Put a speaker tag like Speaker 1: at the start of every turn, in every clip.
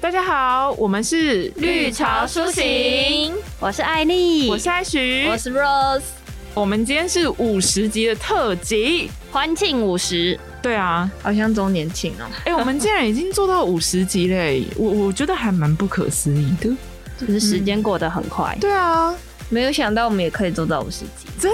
Speaker 1: 大家好，我们是
Speaker 2: 绿潮苏醒，我是艾丽，
Speaker 1: 我是艾徐，
Speaker 2: 我是 Rose，
Speaker 1: 我们今天是五十集的特辑。
Speaker 2: 欢庆五十，
Speaker 1: 对啊，
Speaker 3: 好像周年庆哦，
Speaker 1: 哎、我们竟然已经做到五十集嘞，我我觉得还蛮不可思议的。
Speaker 2: 就是时间过得很快，
Speaker 1: 对啊，
Speaker 3: 没有想到我们也可以做到五十集，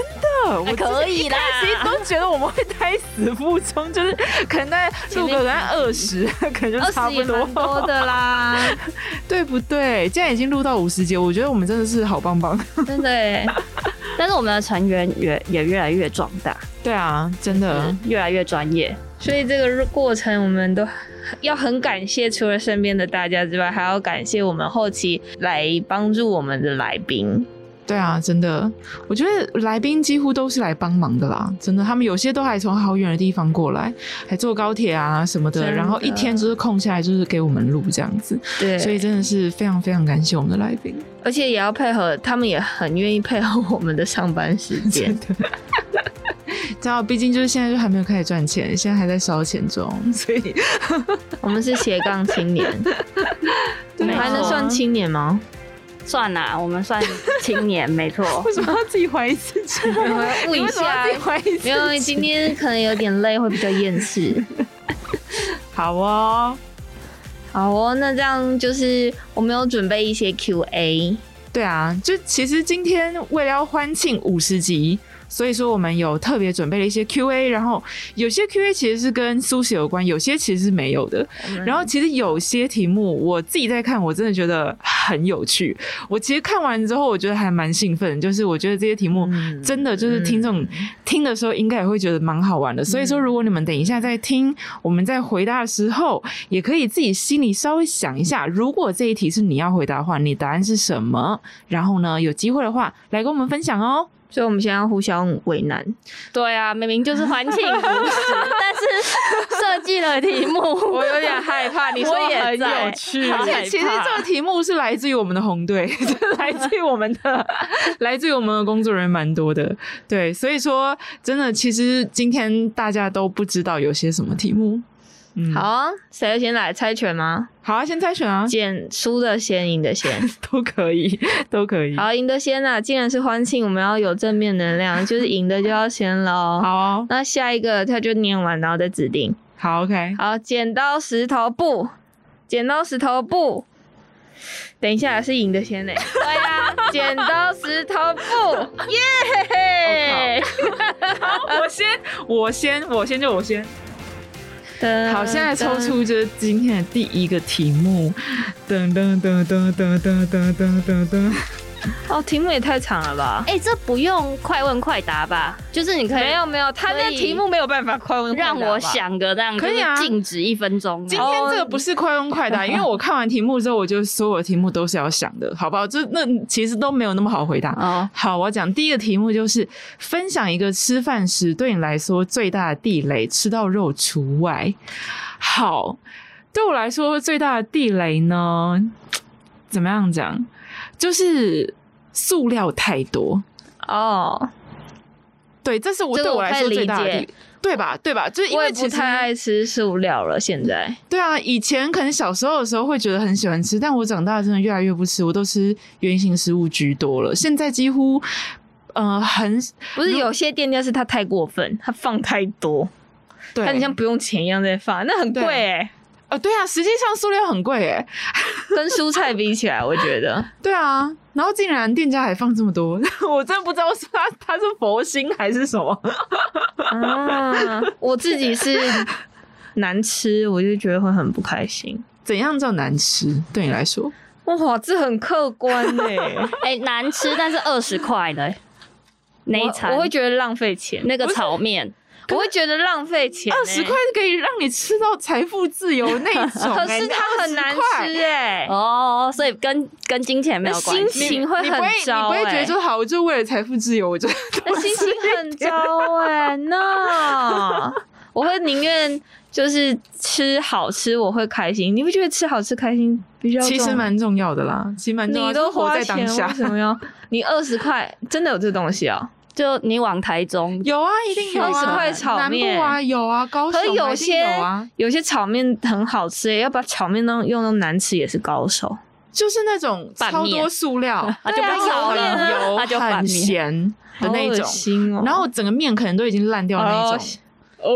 Speaker 1: 呃我
Speaker 2: 还
Speaker 1: 真的
Speaker 2: 可以啦。
Speaker 3: 啊
Speaker 1: 其实都觉得我们会胎死腹中，就是 可能在录个在二十， 可能就
Speaker 3: 二
Speaker 1: 差
Speaker 3: 十
Speaker 1: 不
Speaker 3: 也
Speaker 1: 多，
Speaker 3: 蛮多的啦，
Speaker 1: 对不对？既然已经录到五十集，我觉得我们真的是好棒棒。
Speaker 3: 真的耶。
Speaker 2: 但是我们的成员也也越来越壮大，
Speaker 1: 对啊，真
Speaker 3: 嗯
Speaker 1: 的，
Speaker 2: 越来越专业。
Speaker 3: 所以这个过程我们都要很感谢，除了身边的大家之外，还要感谢我们后期来帮助我们的来宾。
Speaker 1: 对啊，真的。我觉得来宾几乎都是来帮忙的啦，真的。他们有些都还从好远的地方过来，还坐高铁啊什么的，
Speaker 3: 真的
Speaker 1: 然后一天就是空下来就是给我们录这样子，
Speaker 3: 对，
Speaker 1: 所以真的是非常非常感谢我们的来 宾。
Speaker 3: 而且也要配合，他们也很愿意配合我们的上班时 间。
Speaker 1: 知道，毕竟就是现在就还没有开始赚钱，现在还在烧钱中，所以
Speaker 3: 我们是斜杠青年，我
Speaker 1: 对
Speaker 3: 们
Speaker 1: 啊
Speaker 3: 还能算青年吗？
Speaker 2: 算啦，我们算青年，没错。
Speaker 1: 为什么要自己怀疑自己？
Speaker 3: 我们要问
Speaker 1: 你
Speaker 3: 一
Speaker 1: 为什么要
Speaker 3: 下
Speaker 1: 自己，怀疑自己？
Speaker 3: 没有，啊今天可能有点累，会比较厌世。
Speaker 1: 好哦，
Speaker 3: 好哦， 那这样就是我们有准备一些 Q&A，
Speaker 1: 对啊，就其实今天为了要欢庆五十集，所以说我们有特别准备了一些 Q&A，然后有些 Q&A 其实是跟苏写有关，有些其实是没有的。然后其实有些题目我自己在看，我真的觉得很有趣。我其实看完之后，我觉得还蛮兴奋，就是我觉得这些题目
Speaker 3: 嗯
Speaker 1: 真的就是听众听的时候应该也会觉得蛮好玩的。所以说，如果你们等一下在听我们在回答的时候，也可以自己心里稍微想一下，如果这一题是你要回答的话，你答案是什么？然后呢，有机会的话来跟我们分享哦。
Speaker 3: 所以我们现在要互相为难。
Speaker 2: 对啊，明明就是欢庆五十，但是设计的题目 我有点害怕。你
Speaker 3: 说
Speaker 2: 也
Speaker 3: 很有
Speaker 2: 在，
Speaker 3: 趣
Speaker 2: 好
Speaker 1: 而且
Speaker 2: 害
Speaker 1: 其实
Speaker 2: 怕
Speaker 1: 这个题目是来自于我们的红队， 就是来自于我们的，来自于我们的工作人员蛮多的。对，所以说真的，其实今天大家都不知道有些什么题目。嗯，
Speaker 3: 好，啊，谁要先来猜拳吗？
Speaker 1: 好啊，先猜选啊，
Speaker 3: 捡输的先，赢的 先。
Speaker 1: 都可以，都可以。
Speaker 3: 好，赢的先啊！既然是欢庆，我们要有正面能量，就是赢的就要先喽。
Speaker 1: 好，哦，
Speaker 3: 那下一个他就念完，然后再指定。
Speaker 1: 好，OK，
Speaker 3: 好，剪刀石头布，剪刀石头布。等一下，是赢的先嘞。对呀，剪刀石头 布，耶！
Speaker 1: 我先，我先，我先就我先。好，
Speaker 3: 好
Speaker 1: 现在抽出就是今天的第一个题目，噔噔噔噔噔噔噔噔噔噔。
Speaker 3: 哦，题目也太长了吧？
Speaker 2: 哎、这不用快问快答吧？就是你可以
Speaker 3: 没有没有，他那
Speaker 2: 可以
Speaker 3: 题目没有办法快问快答
Speaker 2: 让
Speaker 3: 吧
Speaker 2: 我。想个这样，
Speaker 1: 可以啊
Speaker 2: 就是静止一分钟这
Speaker 1: 今
Speaker 2: 样。
Speaker 1: 天这个不是快问快答，因为我看完题目之后，我就所有的题目都是要想的，好不好？这那其实都没有那么好回答。
Speaker 2: 哦，
Speaker 1: 好，我讲第一个题目就是分享一个吃饭时对你来说最大的地雷，吃到肉除外。好，对我来说最大的地雷呢，怎么样讲？就是塑料太多。
Speaker 3: 哦，
Speaker 1: 对，这是我
Speaker 3: 这
Speaker 1: 对我
Speaker 3: 个我
Speaker 1: 来
Speaker 3: 可以
Speaker 1: 说最
Speaker 3: 理
Speaker 1: 大的地
Speaker 3: 解
Speaker 1: 雷，对吧？对吧？就是因
Speaker 3: 我
Speaker 1: 为
Speaker 3: 也
Speaker 1: 其
Speaker 3: 不
Speaker 1: 实
Speaker 3: 太爱吃塑料了，现在。
Speaker 1: 对啊，以前可能小时候的时候会觉得很喜欢吃，但我长大真的越来越不吃，我都吃原形食物居多了。现在几乎，呃，很
Speaker 3: 不是有些店家是他太过分，他放太多，
Speaker 1: 对，
Speaker 3: 他很像不用钱一样在放，那很贵
Speaker 1: 对
Speaker 3: 哎、
Speaker 1: 呃，对啊，实际上塑料很贵诶。
Speaker 3: 跟蔬菜比起来，我觉得
Speaker 1: 对啊，然后竟然店家还放这么多， 我真的不知道是他 他是佛心还是什么。
Speaker 3: 啊，我自己是难吃，我就觉得会很不开心。
Speaker 1: 怎样叫难吃？对你来说，
Speaker 3: 哇，这很客观哎、
Speaker 2: 哎、难吃，但是二十块呢，那一餐
Speaker 3: 我我会觉得浪费钱，
Speaker 2: 那个炒面，
Speaker 3: 我会觉得浪费钱、
Speaker 1: 二十块，可以让你吃到财富自由那 种、
Speaker 3: 可
Speaker 1: 诶
Speaker 3: 是它很
Speaker 1: 20
Speaker 3: 难。
Speaker 1: 块
Speaker 3: 吃哎、
Speaker 2: 哦，所以跟跟金钱没有关
Speaker 3: 那
Speaker 2: 系。
Speaker 3: 心情会
Speaker 1: 你不会
Speaker 3: 很
Speaker 1: 你
Speaker 3: 糟
Speaker 1: 不会觉
Speaker 3: 哎
Speaker 1: 得说好，我就为了财富自由，我就
Speaker 3: 那心情很糟远呢、我会宁愿就是吃好吃，我会开心。你不觉得吃好吃开心比较 重
Speaker 1: 其
Speaker 3: 要？
Speaker 1: 实蛮重要的啦，其实蛮重要，
Speaker 3: 你都
Speaker 1: 就是活
Speaker 3: 花
Speaker 1: 在
Speaker 3: 钱，
Speaker 1: 当下
Speaker 3: 为。什么要？你二十块真的有这东西哦、
Speaker 2: 就你往台中，
Speaker 1: 有啊，一定有啊，
Speaker 2: 20
Speaker 3: 块炒
Speaker 1: 南部
Speaker 3: 面
Speaker 1: 啊，有啊，高
Speaker 3: 可
Speaker 1: 雄啊
Speaker 3: 是有
Speaker 1: 一定
Speaker 3: 些
Speaker 1: 有啊，
Speaker 3: 有些炒面很好吃、欸，要把炒面弄用到难吃也是高手。
Speaker 1: 就是那种
Speaker 2: 拌
Speaker 1: 超
Speaker 2: 面
Speaker 1: 多塑 料，
Speaker 2: 啊就不
Speaker 1: 然后
Speaker 2: 炒
Speaker 1: 很
Speaker 2: 面啊
Speaker 1: 油
Speaker 2: 啊就拌
Speaker 1: 很
Speaker 2: 面
Speaker 1: 咸的那
Speaker 3: 好恶
Speaker 1: 种，
Speaker 3: 心哦、
Speaker 1: 然后整个面可能都已经烂掉的那
Speaker 3: 哦
Speaker 1: 种。呃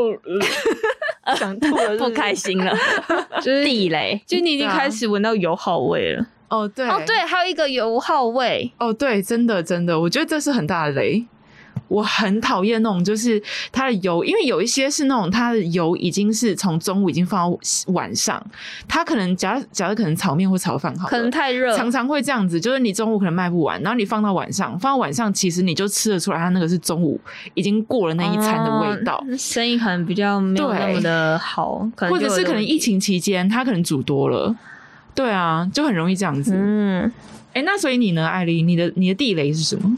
Speaker 3: 哦，想吐 了是
Speaker 2: 不
Speaker 3: 是
Speaker 2: 开心了，
Speaker 3: 就是
Speaker 2: 地雷。
Speaker 3: 就你已经
Speaker 1: 对啊
Speaker 3: 开始闻到油耗味了。
Speaker 1: 哦，对，
Speaker 3: 哦，对，还有一个油耗味，
Speaker 1: 哦，对，真的真的，我觉得这是很大的雷。我很讨厌那种，就是它的油，因为有一些是那种它的油已经是从中午已经放到晚上，它可能假假设可能炒面或炒饭好了，
Speaker 3: 可能太热，
Speaker 1: 常常会这样子，就是你中午可能卖不完，然后你放到晚上，放到晚上其实你就吃得出来，它那个是中午已经过了那一餐的味道。
Speaker 3: 哦生意可能比较没有
Speaker 1: 对
Speaker 3: 那么的好，可能
Speaker 1: 或者
Speaker 3: 就有
Speaker 1: 是
Speaker 3: 这
Speaker 1: 可
Speaker 3: 个
Speaker 1: 能
Speaker 3: 问
Speaker 1: 疫
Speaker 3: 题，
Speaker 1: 情期间，它可能煮多了，对啊，就很容易这样子。哎、
Speaker 3: 嗯，
Speaker 1: 那所以你呢，艾莉，你的你的地雷是什么？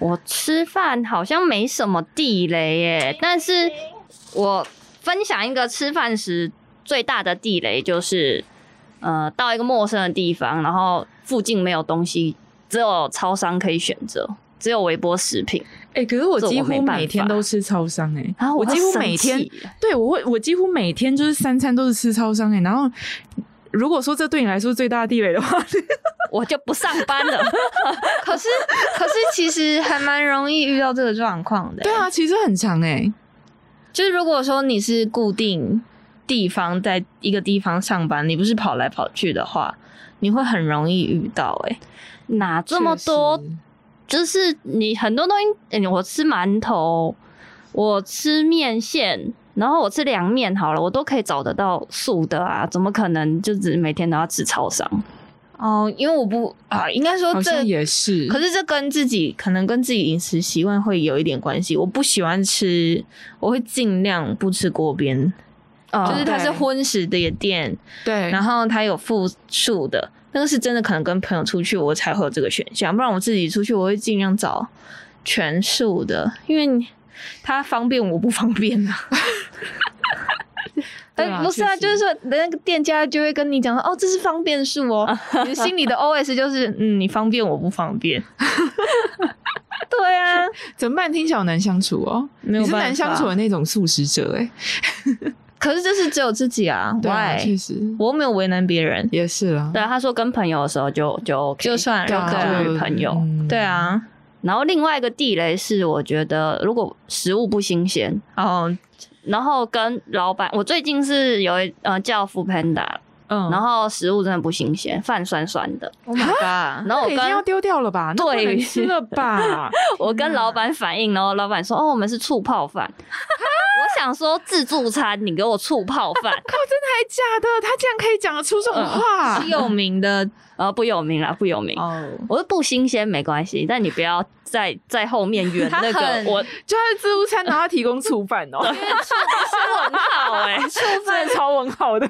Speaker 2: 我吃饭好像没什么地雷耶，但是我分享一个吃饭时最大的地雷就是，呃，到一个陌生的地方，然后附近没有东西，只有超商可以选择，只有微波食品，
Speaker 1: 哎、可是我
Speaker 2: 这我
Speaker 1: 几
Speaker 2: 没
Speaker 1: 乎
Speaker 2: 办
Speaker 1: 每天
Speaker 2: 法
Speaker 1: 都吃超商哎、
Speaker 2: 然后
Speaker 1: 我
Speaker 2: 会
Speaker 1: 几乎
Speaker 2: 生
Speaker 1: 每
Speaker 2: 气
Speaker 1: 天，对我会，我几乎每天就是三餐都是吃超商哎、然后如果说这对你来说最大的地雷的话，
Speaker 2: 我就不上班了。
Speaker 3: 可是可是其实还蛮容易遇到这个状况的，
Speaker 1: 对，啊，其实很长哎、
Speaker 3: 就是如果说你是固定地方在一个地方上班，你不是跑来跑去的话，你会很容易遇到、欸，哎，
Speaker 2: 哪这么
Speaker 1: 确
Speaker 2: 多
Speaker 1: 实
Speaker 2: 就是你很多东西，嗯我吃馒头，我吃面线，然后我吃凉面好了，我都可以找得到素的啊，怎么可能就只每天都要吃超商？
Speaker 3: 哦，因为我不啊，应该说
Speaker 1: 好
Speaker 3: 这
Speaker 1: 像也是，
Speaker 3: 可是这跟自己可能跟自己饮食习惯会有一点关系。我不喜欢吃，我会尽量不吃锅边，
Speaker 2: 就
Speaker 3: 就是
Speaker 2: 是
Speaker 3: 它是
Speaker 1: 对
Speaker 3: 荤食的店，
Speaker 1: 对，
Speaker 3: 然后它有附素的，那个是真的可能跟朋友出去我才会有这个选项，不然我自己出去我会尽量找全素的，因为你它方便我不方便啊。
Speaker 1: 对
Speaker 3: 哎，
Speaker 1: 啊
Speaker 3: 不是
Speaker 1: 确
Speaker 3: 啊，
Speaker 1: 实
Speaker 3: 就是说，那个店家就会跟你讲说，哦，这是方便素 哦。你心里的 OS 就是，嗯，你方便我不方 便。对啊，
Speaker 1: 怎么办？听起来好难相处哦，
Speaker 3: 没有
Speaker 1: 你是
Speaker 3: 办
Speaker 1: 难相
Speaker 3: 法
Speaker 1: 处的那种素食者哎、
Speaker 3: 可是这是只有自己啊
Speaker 1: 对啊，
Speaker 3: ，Why？
Speaker 1: 确实
Speaker 3: 我又没有为难别人，
Speaker 1: 也是啦，
Speaker 2: 对啊，他说跟朋友的时候就就 OK,
Speaker 3: 就算
Speaker 2: 就
Speaker 1: 对啊
Speaker 3: 了
Speaker 2: 考
Speaker 3: 对啊
Speaker 2: 虑朋友。
Speaker 1: 嗯
Speaker 3: 对啊，
Speaker 2: 然后另外一个地雷是，我觉得如果食物不新鲜，
Speaker 1: 嗯
Speaker 3: 哦，
Speaker 2: 然后跟老板，我最近是有一呃叫 f o o Panda，
Speaker 3: 嗯，
Speaker 2: 然后食物真的不新鲜，饭酸酸的，
Speaker 3: Oh my god，
Speaker 2: 然后
Speaker 1: 那
Speaker 2: 我
Speaker 1: 已
Speaker 2: 跟
Speaker 1: 经要丢掉了吧？那不
Speaker 2: 对
Speaker 1: 能吃了吧？
Speaker 2: 我跟老板反映，然后老板说：“哦，我们是醋泡饭。” 我想说自助餐，你给我醋泡饭，
Speaker 1: 还假的？他竟然可以讲得出这种 话？
Speaker 3: 是有名的
Speaker 2: 呃，不有名啦，不有名。
Speaker 3: 啊哦，
Speaker 2: 我说不新鲜没关系，但你不要在在后面圆
Speaker 3: 他
Speaker 2: 那
Speaker 3: 很
Speaker 2: 个我
Speaker 1: 就他的自助餐，然后他提供醋饭哦，
Speaker 2: 是问号哎、
Speaker 1: 真的超文好的。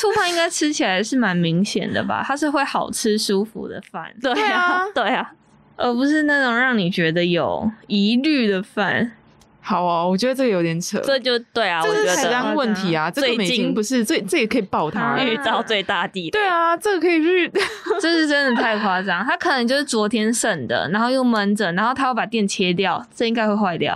Speaker 3: 醋饭应该吃起来是蛮明显的吧？它是会好吃舒服的饭，
Speaker 2: 对啊，对啊，
Speaker 3: 而不是那种让你觉得有疑虑的饭。
Speaker 1: 好哦，我觉得这个有点扯，
Speaker 2: 这就对啊，我
Speaker 1: 这
Speaker 2: 觉
Speaker 1: 是
Speaker 3: 才
Speaker 1: 台
Speaker 2: 得
Speaker 1: 商问题
Speaker 3: 嗯
Speaker 1: 啊，这
Speaker 2: 最
Speaker 1: 个
Speaker 2: 近
Speaker 1: 美金不是这这也可以爆他
Speaker 3: 啊。
Speaker 2: 遇到最大地雷。
Speaker 1: 对啊，这个可以 日
Speaker 3: 这是真的太夸张，它可能就是昨天剩的，然后又闷着，然后它又把电切掉，这应该会坏掉。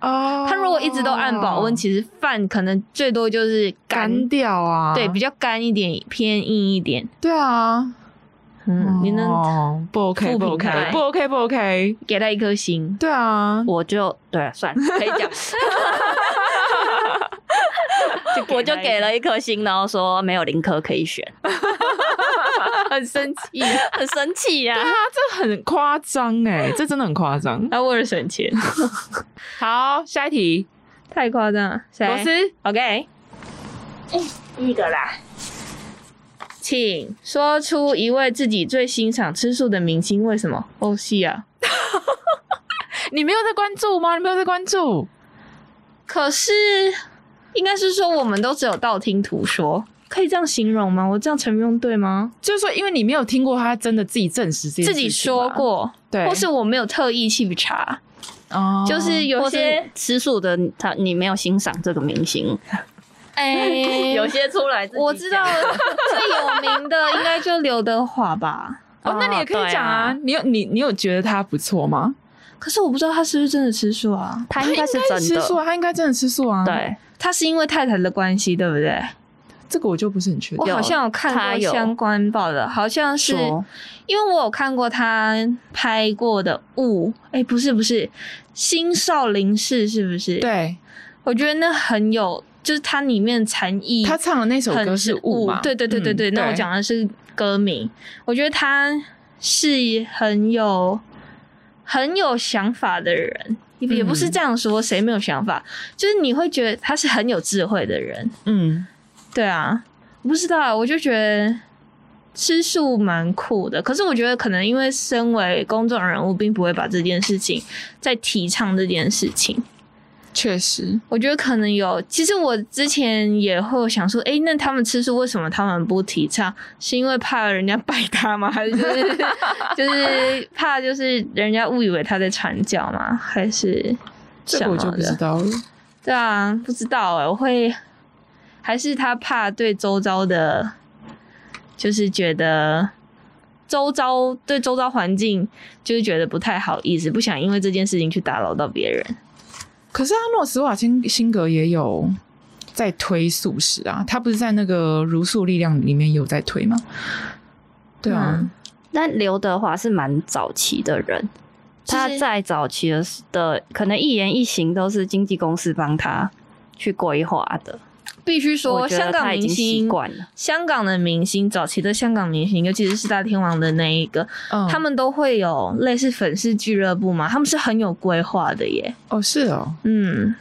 Speaker 1: 哦
Speaker 3: 它如果一直都按保温，其实饭可能最多就是干，
Speaker 1: 干掉啊，
Speaker 3: 对，比较干一点，偏硬一点。
Speaker 1: 对啊，
Speaker 3: 嗯，你能
Speaker 1: 哦不 OK
Speaker 3: 负
Speaker 1: 不
Speaker 3: 评它
Speaker 1: OK 不 OK 不 OK，
Speaker 3: 给它一颗星，
Speaker 1: 对啊，
Speaker 2: 我就对、啊，算了， 可以讲。我就给了一颗星，然后说没有零颗可以选，
Speaker 3: 很生气，
Speaker 2: 很生气呀、
Speaker 1: 对啊，这很夸张哎，这真的很夸张。
Speaker 3: 他为了省钱，
Speaker 1: 好，下一题，
Speaker 3: 太夸张了。
Speaker 1: 螺
Speaker 3: 螺丝
Speaker 1: 丝，
Speaker 3: ，OK，
Speaker 2: 哎第一个啦，
Speaker 3: 请说出一位自己最欣赏吃素的明星，为什么？哦，是啊。
Speaker 1: 你没有在关注吗？你没有在关注？
Speaker 3: 可是，应该是说我们都只有道听途说，可以这样形容吗？我这样成用对吗？
Speaker 1: 就是说，因为你没有听过他真的自己证实这件
Speaker 3: 自
Speaker 1: 事
Speaker 3: 己
Speaker 1: 情
Speaker 3: 说
Speaker 1: 嘛，
Speaker 3: 过，
Speaker 1: 对，
Speaker 3: 或是我没有特意去查，
Speaker 1: 哦，
Speaker 3: 就是有
Speaker 2: 或
Speaker 3: 些
Speaker 2: 是吃素的，他你没有欣赏这个明星，
Speaker 3: 哎，
Speaker 2: 有些出来自己
Speaker 3: 我知道
Speaker 2: 讲
Speaker 3: 最有名的应该就刘德华吧，
Speaker 1: 哦，那你也可以讲啊。
Speaker 2: 对
Speaker 1: 你有你你有觉得他不错吗？
Speaker 3: 可是我不知道他是不是真的吃素啊？
Speaker 2: 他应该是真
Speaker 1: 吃素
Speaker 2: 的，
Speaker 1: 啊，他应该真的吃素啊。，
Speaker 2: 对，
Speaker 3: 他是因为太太的关系，对不对？
Speaker 1: 这个我就不是很确
Speaker 3: 我
Speaker 1: 定。
Speaker 2: 有
Speaker 3: 好像有看
Speaker 2: 他
Speaker 3: 过
Speaker 2: 有
Speaker 3: 相关报道，好像是
Speaker 2: 说
Speaker 3: 因为我有看过他拍过的《雾》，哎，不是不是，《新少林寺》是不是？，
Speaker 1: 对
Speaker 3: 我觉得那很有，就是它里面禅意
Speaker 1: 他
Speaker 3: 很是，
Speaker 1: 唱的那首歌是《雾》嘛？
Speaker 3: 对对对对对，
Speaker 1: 嗯
Speaker 3: 那我讲的是歌名，我觉得他是很有很有想法的人。也也不是
Speaker 1: 嗯
Speaker 3: 这样说，谁没有想法？就是你会觉得他是很有智慧的人，
Speaker 1: 嗯，
Speaker 3: 对啊，我不知道啊，我就觉得吃素蛮酷的。可是我觉得可能因为身为公众人物，并不会把这件事情在提倡这件事情。
Speaker 1: 确实，
Speaker 3: 我觉得可能有，其实我之前也会想说，诶，那他们吃素为什么他们不提倡？是因为怕人家拜他吗？ 还是就是就是怕就是人家误以为他在传教吗？还是
Speaker 1: 这个我就
Speaker 3: 什么
Speaker 1: 不
Speaker 3: 的
Speaker 1: 知道了。
Speaker 3: 对啊，不知道哎、我会还是他怕对周遭的，就是觉得周遭对周遭环境就是觉得不太好意思，不想因为这件事情去打扰到别人。
Speaker 1: 可是阿诺斯瓦辛辛格也有在推素食啊，他不是在那个《如素力量》里面有在推吗？对啊，
Speaker 3: 嗯
Speaker 2: 但刘德华是蛮早期的人，
Speaker 3: 就是
Speaker 2: 他在早期的时的可能一言一行都是经纪公司帮他去规划的。
Speaker 3: 必须说，
Speaker 2: 我觉
Speaker 3: 香
Speaker 2: 得
Speaker 3: 港
Speaker 2: 他已
Speaker 3: 明
Speaker 2: 经习
Speaker 3: 星，
Speaker 2: 惯了，
Speaker 3: 香港的明星，早期的香港明星，尤其是四大天王的那一个，
Speaker 1: 嗯
Speaker 3: 他们都会有类似粉丝俱乐部嘛，他们是很有规划的耶。
Speaker 1: 哦是哦，
Speaker 3: 嗯，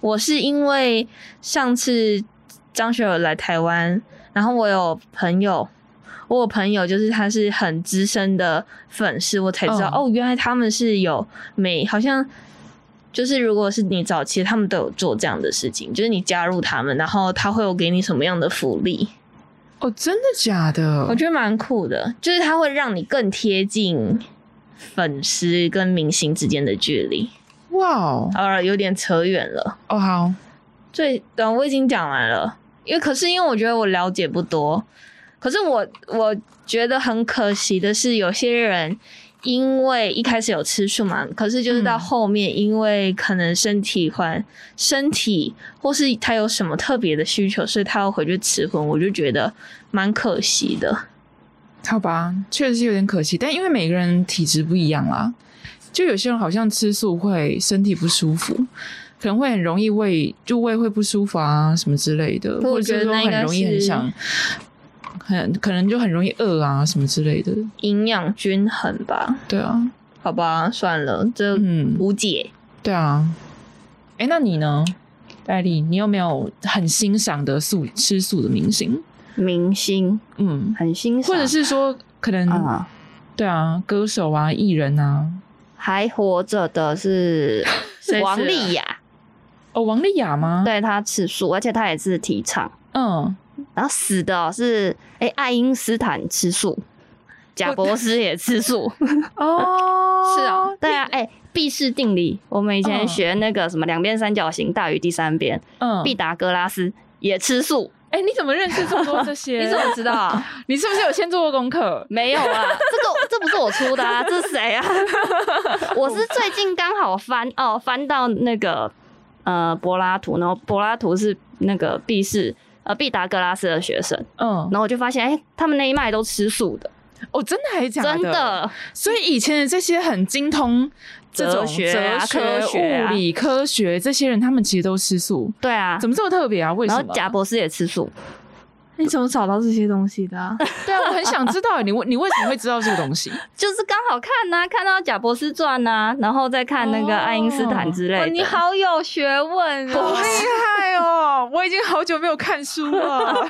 Speaker 3: 我是因为上次张学友来台湾，然后我有朋友，我有朋友就是他是很资深的粉丝，我才知道、
Speaker 1: 嗯
Speaker 3: 哦，原来他们是有每好像。就是如果是你早期，他们都有做这样的事情，就是你加入他们，然后他会有给你什么样的福利，
Speaker 1: 哦真的假的？
Speaker 3: 我觉得蛮酷的，就是他会让你更贴近粉丝跟明星之间的距离。
Speaker 1: 得哇哦，
Speaker 3: 啊，有点扯远了。
Speaker 1: 哦好，
Speaker 3: 最短我已经讲完了，因为可是因为我觉得我了解不多，可是我我觉得很可惜的是，有些人因为一开始有吃素嘛，可是就是到
Speaker 1: 嗯
Speaker 3: 后面因为可能身体环、身体或是他有什么特别的需求，所以他要回去吃荤，我就觉得蛮可惜的。
Speaker 1: 好吧，确实是有点可惜，但因为每个人体质不一样啦，就有些人好像吃素会身体不舒服，可能会很容易胃就胃会不舒服啊什么之类的，
Speaker 3: 我
Speaker 1: 或者
Speaker 3: 觉得
Speaker 1: 是说
Speaker 3: 那应该
Speaker 1: 很容易很
Speaker 3: 是
Speaker 1: 想，很可能就很容易饿啊什么之类的。
Speaker 3: 营养均衡吧，
Speaker 1: 对啊，
Speaker 3: 好吧，算了，这
Speaker 1: 嗯，
Speaker 3: 无解。
Speaker 1: 对啊。哎，那你呢，戴丽？你有没有很欣赏的素吃素的明星？
Speaker 2: 明星
Speaker 1: 嗯，
Speaker 2: 很欣赏，
Speaker 1: 或者是说可能、
Speaker 2: 啊、
Speaker 1: 对啊，歌手啊、艺人啊，
Speaker 2: 还活着的 是
Speaker 3: 谁死
Speaker 2: 王
Speaker 3: 了
Speaker 2: 丽雅，
Speaker 1: 哦，王丽雅吗？，
Speaker 2: 对哦她吃素，而且她也是提倡。
Speaker 1: 嗯。
Speaker 2: 然后死的哦是哎、爱因斯坦吃素，贾博士也吃 素，
Speaker 1: 哦，
Speaker 3: 是啊，
Speaker 2: 对啊，哎、毕氏定理，我们以前
Speaker 1: 嗯
Speaker 2: 学那个什么两边三角形大于第三边，
Speaker 1: 嗯，
Speaker 2: 毕达哥拉斯也 吃素，
Speaker 1: 哎、你怎么认识这么多这 些？
Speaker 3: 你怎么知道啊？
Speaker 1: 你是不是有先做过功课？
Speaker 2: 没有啊，这个这不是我出的啊，这是谁啊？ 我是最近刚好翻哦，翻到那个呃柏拉图，然后柏拉图是那个毕氏呃毕达哥拉斯的学生，
Speaker 1: 嗯，
Speaker 2: 然后我就发现哎、他们那一脉都吃素的，
Speaker 1: 哦，真的还假
Speaker 2: 真
Speaker 1: 的，
Speaker 2: 的，
Speaker 1: 所以以前的这些很精通这种
Speaker 2: 哲学啊
Speaker 1: 哲
Speaker 2: 科学啊
Speaker 1: 物理、科学这些人，他们其实都吃素，
Speaker 2: 对啊
Speaker 1: 怎。么这么特别啊？为什
Speaker 2: 然后
Speaker 1: 么？
Speaker 2: 贾博士也吃素，
Speaker 3: 你怎么找到这些东西的、 啊？
Speaker 1: 对啊，我很想知道你为你为什么会知道这个东 西？
Speaker 2: 就是刚好看呐、看到贾博士传呐、然后再看那个爱因斯
Speaker 1: 哦
Speaker 2: 坦之类的。
Speaker 3: 哦哇，你好有学问
Speaker 1: 好
Speaker 3: 哦！
Speaker 1: 厉害哦！ 我已经好久没有看书了，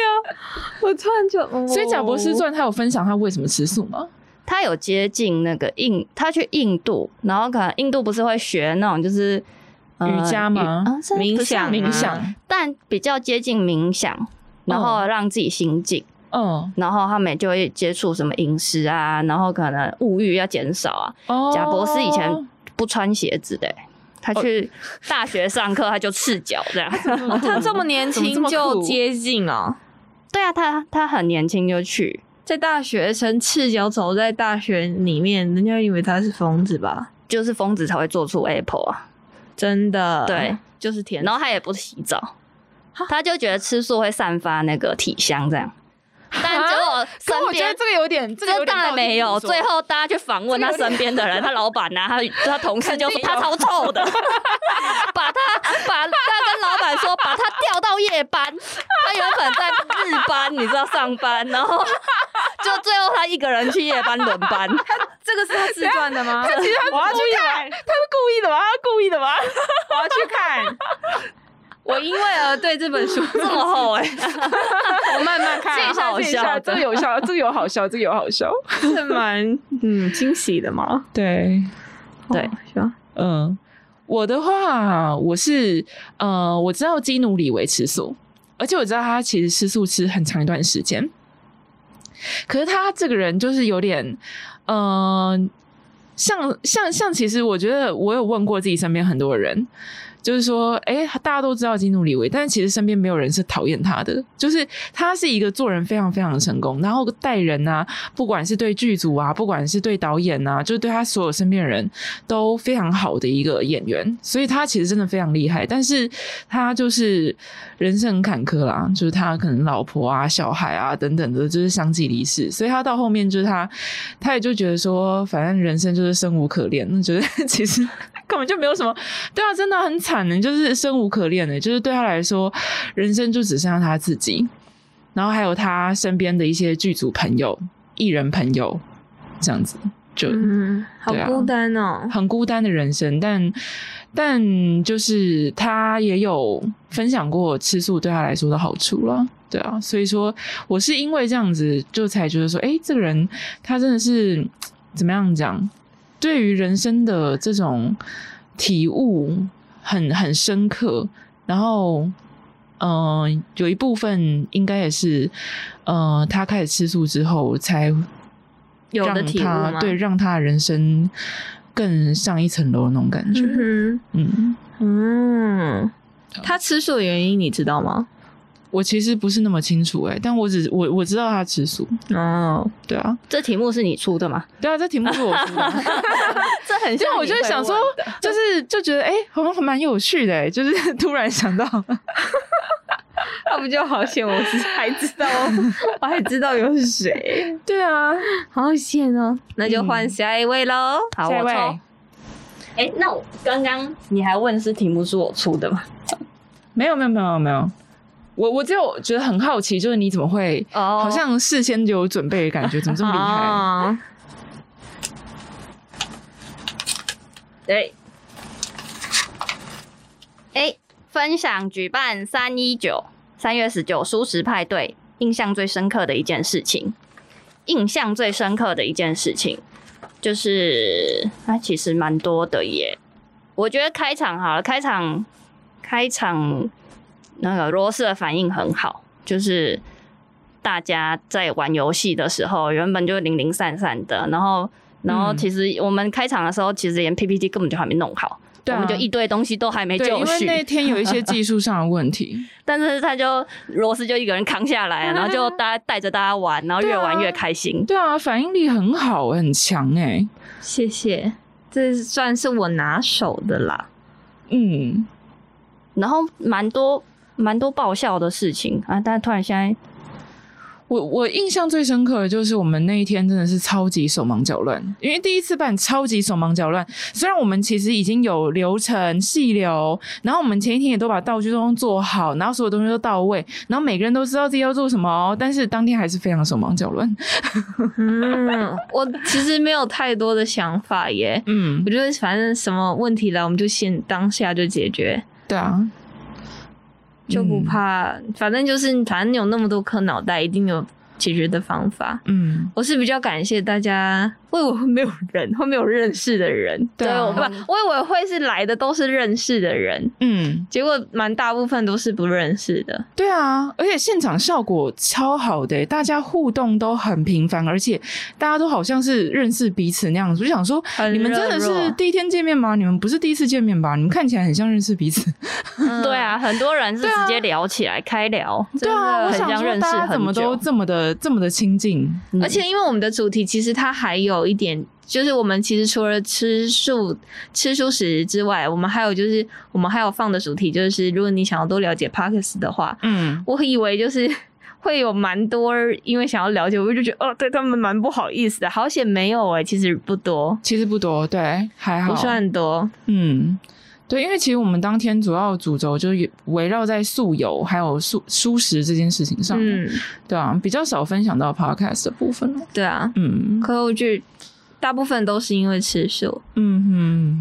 Speaker 3: 我突然就，哦
Speaker 1: 所以贾博士， 传他有分享他为什么吃素吗？
Speaker 2: 他有接近那个印，他去印度，然后可能印度不是会学那种就是、呃
Speaker 1: 瑜伽吗
Speaker 2: 瑜啊是
Speaker 3: 冥
Speaker 2: 不是
Speaker 3: 想啊
Speaker 1: 冥想哦
Speaker 2: 但比较接近冥想，然后让自己心静。
Speaker 1: 嗯，
Speaker 2: 然后他们也就会接触什么饮食啊，然后可能物欲要减少啊。
Speaker 1: 哦，
Speaker 2: 贾博士以前不穿鞋子的欸、他去大学上课他就赤脚这样。
Speaker 1: 哦
Speaker 3: 他这么年
Speaker 1: 怎么这
Speaker 3: 轻
Speaker 1: 么
Speaker 3: 就
Speaker 1: 酷
Speaker 3: 接近哦，
Speaker 2: 对啊，他他很年轻就去，
Speaker 3: 在大学生赤脚走在大学里面，人家以为他是疯子吧？
Speaker 2: 就是疯子才会做出 Apple 啊。
Speaker 3: 真的，
Speaker 2: 对，
Speaker 3: 就是甜
Speaker 2: 嗯然后他也不洗澡，他就觉得吃素会散发那个体香 这样。但结果
Speaker 1: 可
Speaker 2: 身
Speaker 1: 我觉得
Speaker 2: 边
Speaker 1: 这个有点，这个有
Speaker 2: 这
Speaker 1: 点
Speaker 2: 当然
Speaker 1: 道听
Speaker 2: 没有。
Speaker 1: 途说
Speaker 2: 最后大家去访问他身边的人，他老板啊 呐，他他同事就说他超臭 的，把他把他跟老板说把他调到夜班，他原本在日班，你知道上班，然后就最后他一个人去夜班轮 班，
Speaker 3: 这个是他自传的 吗？
Speaker 1: 其实他是
Speaker 3: 我要
Speaker 1: 故
Speaker 3: 去
Speaker 1: 意的吧他
Speaker 3: 看，
Speaker 1: 是故意的吗？他是故意的吗？
Speaker 3: 我要去 看。我因为而对这本书
Speaker 2: 这么厚哎、
Speaker 3: 我慢慢
Speaker 1: 这
Speaker 3: 看
Speaker 1: 一，下，
Speaker 2: 好
Speaker 1: 这一
Speaker 2: 笑
Speaker 1: 下，
Speaker 2: 的
Speaker 1: 这个有效，这个有好笑，这个有好笑。
Speaker 3: 是蛮嗯惊喜的嘛。
Speaker 1: 对，
Speaker 2: 对
Speaker 3: 哦，是吧？
Speaker 1: 嗯，我的话，我是呃，我知道基努里维吃素，而且我知道他其实吃素吃很长一段时间。可是他这个人就是有点，呃，像像像，其实我觉得我有问过自己身边很多人，就是说，哎，大家都知道基努里维，但是其实身边没有人是讨厌他的，就是他是一个做人非常非常的成功，然后待人啊，不管是对剧组啊，不管是对导演啊，就是对他所有身边的人都非常好的一个演员，所以他其实真的非常厉害，但是他就是人生很坎坷啦，就是他可能老婆啊、小孩啊等等的，就是相继离世，所以他到后面就是他，他也就觉得说，反正人生就是生无可恋，那觉得 其实。根本就没有什么，对啊，真的很惨的，就是生无可恋的，欸就是对他来说，人生就只剩下他自己，然后还有他身边的一些剧组朋友、艺人朋友，这样子就
Speaker 3: 嗯，好
Speaker 1: 对啊
Speaker 3: 孤单哦。
Speaker 1: 很孤单的人生，但但就是他也有分享过吃素对他来说的好处啦，对啊，所以说我是因为这样子，就才觉得说，哎、这个人他真的是嘖怎么样讲，对于人生的这种体悟很很深刻，然后。嗯、有一部分应该也是，呃，他开始吃素之后才
Speaker 3: 有的
Speaker 1: 让
Speaker 3: 体悟
Speaker 1: 他
Speaker 3: 吗
Speaker 1: 对，让他的人生更上一层楼的那种感觉。
Speaker 3: 嗯
Speaker 1: 嗯，
Speaker 3: 哼嗯，他吃素的原因你知道吗？
Speaker 1: 我其实不是那么清楚哎、但我只我我知道他吃素，
Speaker 3: 哦，
Speaker 1: 对啊，
Speaker 2: 这题目是你出的吗？
Speaker 1: 对啊，这题目是我出 的。
Speaker 2: 这很
Speaker 1: 对
Speaker 2: 像，
Speaker 1: 我就想说，就是就觉得哎、好像蛮有趣的、哎，就是 突然想到，
Speaker 3: 那不就好险？我知还知 道，我还知道有谁，
Speaker 1: 对啊，
Speaker 3: 好险哦！那就换
Speaker 1: 嗯
Speaker 3: 下一位喽。
Speaker 2: 好，
Speaker 1: 下一
Speaker 2: 我
Speaker 1: 位
Speaker 2: 抽。哎、那我刚刚你还问是题目是我出的吗？
Speaker 1: 没有没有没有没有，我我只有觉得很好奇，就是你怎么会
Speaker 2: 哦
Speaker 1: 好像事先就有准备的感觉，怎么这么厉害？
Speaker 3: 哦
Speaker 2: 对。哎、分享举办三一九三月十九素食派对，印象最深刻的一件事情，印象最深刻的一件事情就是，啊，其实蛮多的耶。我觉得开场好了，开场开场那个罗斯的反应很好，就是大家在玩游戏的时候，原本就零零散散的，然后然后
Speaker 1: 嗯
Speaker 2: 其实我们开场的时候，其实连 PPT 根本就还没弄好，
Speaker 1: 对啊
Speaker 2: 我们就一堆东西都还没
Speaker 1: 对，因
Speaker 2: 就
Speaker 1: 为那
Speaker 2: 绪，
Speaker 1: 天有一些技术上的问题，
Speaker 2: 但是他就罗斯就一个人扛下来，然后就 大家带着大家玩，然后越玩越开心。
Speaker 1: 对啊，反应力很好，很强哎、
Speaker 3: 谢谢，这算是我拿手的啦。
Speaker 1: 嗯，
Speaker 2: 然后蛮多蛮多爆笑的事情啊！但突然现在
Speaker 1: 我我印象最深刻的就是我们那一天真的是超级手忙脚乱，因为第一次办超级手忙脚乱。虽然我们其实已经有流程细流，然后我们前一天也都把道具都做好，然后所有东西都到位，然后每个人都知道自己要做什么哦，但是当天还是非常手忙脚乱。
Speaker 3: 嗯，我其实没有太多的想法耶。
Speaker 1: 嗯
Speaker 3: 我，觉得反正什么问题来，我们就先当下就解决，
Speaker 1: 对啊，
Speaker 3: 就不怕。反正就是，反正有那么多颗脑袋，一定有解决的方法。
Speaker 1: 嗯。
Speaker 3: 我是比较感谢大家，我以为会没有人，会没有认识的人，
Speaker 1: 对啊
Speaker 3: 我不，我以为会是来的都是认识的人，
Speaker 1: 嗯，
Speaker 3: 结果蛮大部分都是不认识的。
Speaker 1: 对啊，而且现场效果超好的、欸大家互动都很频繁，而且大家都好像是认识彼此那样子。我就想说，
Speaker 3: 很
Speaker 1: 你们真的
Speaker 3: 热络
Speaker 1: 是第一天见面吗？你们不是第一次见面吧？你们看起来很像认识彼此。
Speaker 3: 嗯
Speaker 2: 对啊，很多人是
Speaker 1: 嗯对啊
Speaker 2: 直接聊起来，开聊。
Speaker 1: 对啊，我
Speaker 2: 很
Speaker 1: 想
Speaker 2: 像
Speaker 1: 说
Speaker 2: 认识
Speaker 1: 大家
Speaker 2: 很
Speaker 1: 怎么都
Speaker 2: 久
Speaker 1: 这么的这么的亲近，
Speaker 2: 嗯
Speaker 3: 而且因为我们的主题其实它还有一点，就是我们其实除了吃素、吃素食之外，我们还有就是我们还有放的主题就是，如果你想要多了解 Parkes 的话，
Speaker 1: 嗯，
Speaker 3: 我以为就是。 会有蛮多，因为想要了解，我就觉得哦，对他们蛮不好意思的。好险没有哎、其实不多，
Speaker 1: 其实不多，对，还好，
Speaker 3: 不算多。
Speaker 1: 嗯，对，因为其实我们当天主要主轴就是围绕在素友还有素素食这件事情上，
Speaker 3: 嗯，
Speaker 1: 对啊，比较少分享到 podcast 的部分了，
Speaker 3: 对啊。
Speaker 1: 嗯
Speaker 3: 可我觉得大部分都是因为吃素。
Speaker 1: 嗯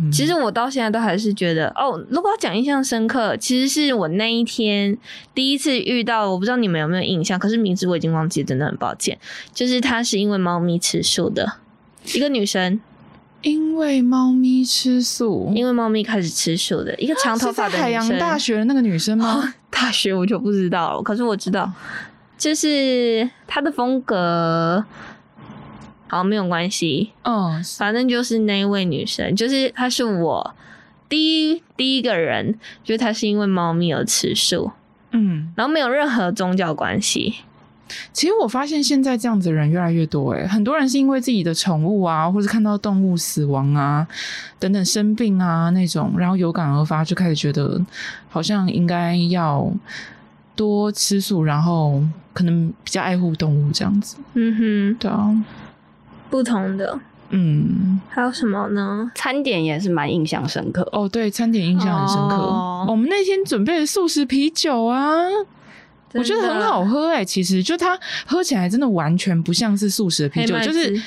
Speaker 1: 嗯，
Speaker 3: 其实我到现在都还是觉得，哦，如果要讲印象深刻，其实是我那一天第一次遇到，我不知道你们有没有印象，可是名字我已经忘记，真的很抱歉。就是她是因为猫咪吃素的一个女生，
Speaker 1: 因为猫咪吃素，
Speaker 3: 因为猫咪开始吃素的一个长头
Speaker 1: 是在
Speaker 3: 发的女生。哦
Speaker 1: 海洋大学的那个女生吗？
Speaker 3: 大学我就不知道了，可是我知道，就是她的风格，好没有关系，
Speaker 1: 嗯，
Speaker 3: 反正就是那一位女生，就是她是我第一第一个人，就是她是因为猫咪而吃素，
Speaker 1: 嗯，
Speaker 3: 然后没有任何宗教关系。
Speaker 1: 其实我发现现在这样子的人越来越多、欸，很多人是因为自己的宠物啊，或是看到动物死亡啊，等等生病啊那种，然后有感而发，就开始觉得好像应该要多吃素，然后可能比较爱护动物这样子。
Speaker 3: 嗯
Speaker 1: 对啊，
Speaker 3: 哼，不同的
Speaker 1: 嗯，
Speaker 3: 还有什么呢？
Speaker 2: 餐点也是蛮印象深刻。
Speaker 1: 哦，对，餐点印象很深刻。
Speaker 3: 哦
Speaker 1: 我们那天准备的素食啤酒啊，我觉得很好喝哎、其实就它喝起来真的完全不像是素食的啤酒，
Speaker 3: 黑麦
Speaker 1: 就
Speaker 3: 汁
Speaker 1: 是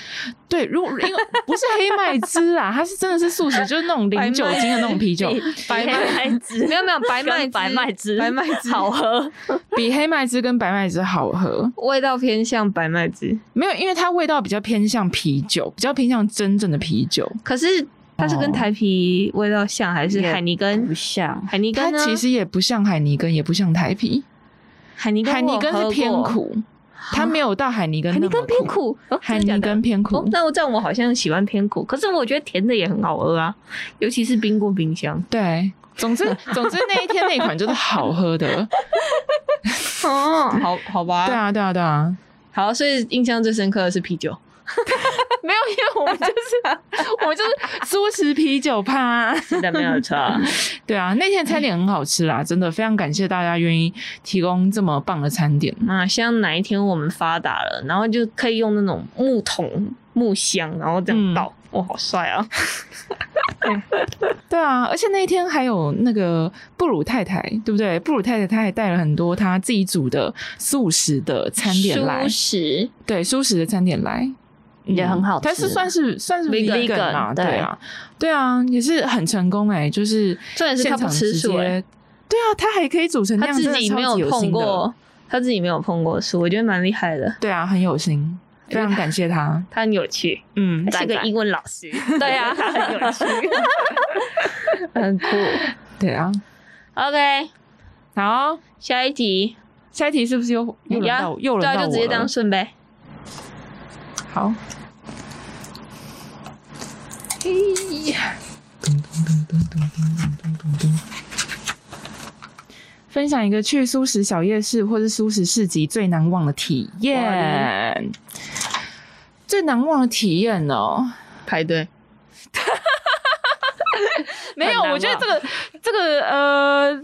Speaker 1: 对，如 果因为不是黑麦汁啦，它是真的是素食，就是那种零酒精的那种啤酒，
Speaker 2: 白麦 汁
Speaker 3: 没有没有白麦
Speaker 2: 跟白
Speaker 3: 汁
Speaker 2: 麦汁，
Speaker 3: 白麦汁
Speaker 2: 好喝。
Speaker 1: 比黑麦汁跟白麦汁好喝。
Speaker 3: 味道偏向白麦汁，
Speaker 1: 没有，因为它味道比较偏向啤酒，比较偏向真正的啤酒。
Speaker 3: 可是它是跟
Speaker 1: 哦
Speaker 3: 台啤味道像，还是
Speaker 2: 也
Speaker 3: 海尼根
Speaker 2: 不？像，
Speaker 3: 海尼
Speaker 1: 它
Speaker 3: 根呢？
Speaker 1: 其实也不像海尼根，也不像台啤，
Speaker 3: 海尼根
Speaker 1: 海尼
Speaker 3: 我
Speaker 1: 根
Speaker 3: 喝
Speaker 1: 是
Speaker 3: 过
Speaker 1: 偏，苦，它没有到海尼根
Speaker 3: 海
Speaker 1: 那
Speaker 3: 尼
Speaker 1: 么
Speaker 3: 根偏。苦，哦
Speaker 1: 海
Speaker 3: 真的假
Speaker 1: 尼
Speaker 3: 的
Speaker 1: 根偏
Speaker 3: 哦
Speaker 1: 苦，，
Speaker 3: 那我这样我好像喜欢偏苦，可是我觉得甜的也很好喝啊，尤其是冰过冰箱。
Speaker 1: 对。总之，总之那一天那一款就是好喝的。
Speaker 3: 哦， 好好吧
Speaker 1: 对， 啊，对啊，对啊。
Speaker 3: 好，所以印象最深刻的是啤酒。
Speaker 1: 没有，因为我们就是我们就是素食啤酒趴。
Speaker 3: 是的，没有错。
Speaker 1: 对啊，那天的餐点很好吃啦，真的非常感谢大家愿意提供这么棒的餐点。
Speaker 3: 那希望哪一天我们发达了，然后就可以用那种木桶、木箱，然后这样倒。
Speaker 1: 嗯
Speaker 3: 哇，好帅啊！
Speaker 1: 对啊，而且那一天还有那个布鲁太太，对不对？布鲁太太她还带了很多她自己煮的素食的餐点来
Speaker 3: 舒，适，
Speaker 1: 对，素食的餐点来。
Speaker 2: 也很好吃
Speaker 1: 它是算是算是
Speaker 3: Vegan
Speaker 1: vegan 啊，
Speaker 2: vegan，
Speaker 1: 对啊，对啊，也是很成功哎、就是
Speaker 3: 重点是
Speaker 1: 现
Speaker 3: 她不
Speaker 1: 场
Speaker 3: 吃
Speaker 1: 直接，
Speaker 3: 素欸
Speaker 1: 对啊，她还可以煮成那
Speaker 3: 他
Speaker 1: 样，
Speaker 3: 自
Speaker 1: 真的
Speaker 3: 己
Speaker 1: 超
Speaker 3: 没
Speaker 1: 级有
Speaker 3: 碰
Speaker 1: 心的
Speaker 3: 过，他自己没有碰过书，我觉得蛮厉害的。
Speaker 1: 对啊，很有心，非常感谢他。
Speaker 3: 他很有趣，
Speaker 1: 嗯
Speaker 3: 他是个
Speaker 2: 赞赞
Speaker 3: 英文老 师，
Speaker 2: 对啊
Speaker 3: 他很有趣， 很酷。
Speaker 1: 对啊。
Speaker 3: OK，
Speaker 1: 好，
Speaker 3: 下一题，
Speaker 1: 下一题是不是又又轮到又轮
Speaker 3: 对啊，
Speaker 1: 到
Speaker 3: 就直
Speaker 1: 我
Speaker 3: 接这样
Speaker 1: 了？
Speaker 3: 顺呗。
Speaker 1: 好。嘿呀！分享一个去素食小夜市或是素食市集最难忘的体验。最难忘的体验哦，
Speaker 3: 排队，
Speaker 1: 没有，
Speaker 3: 很难
Speaker 1: 我觉得
Speaker 3: 忘
Speaker 1: 这个这个呃，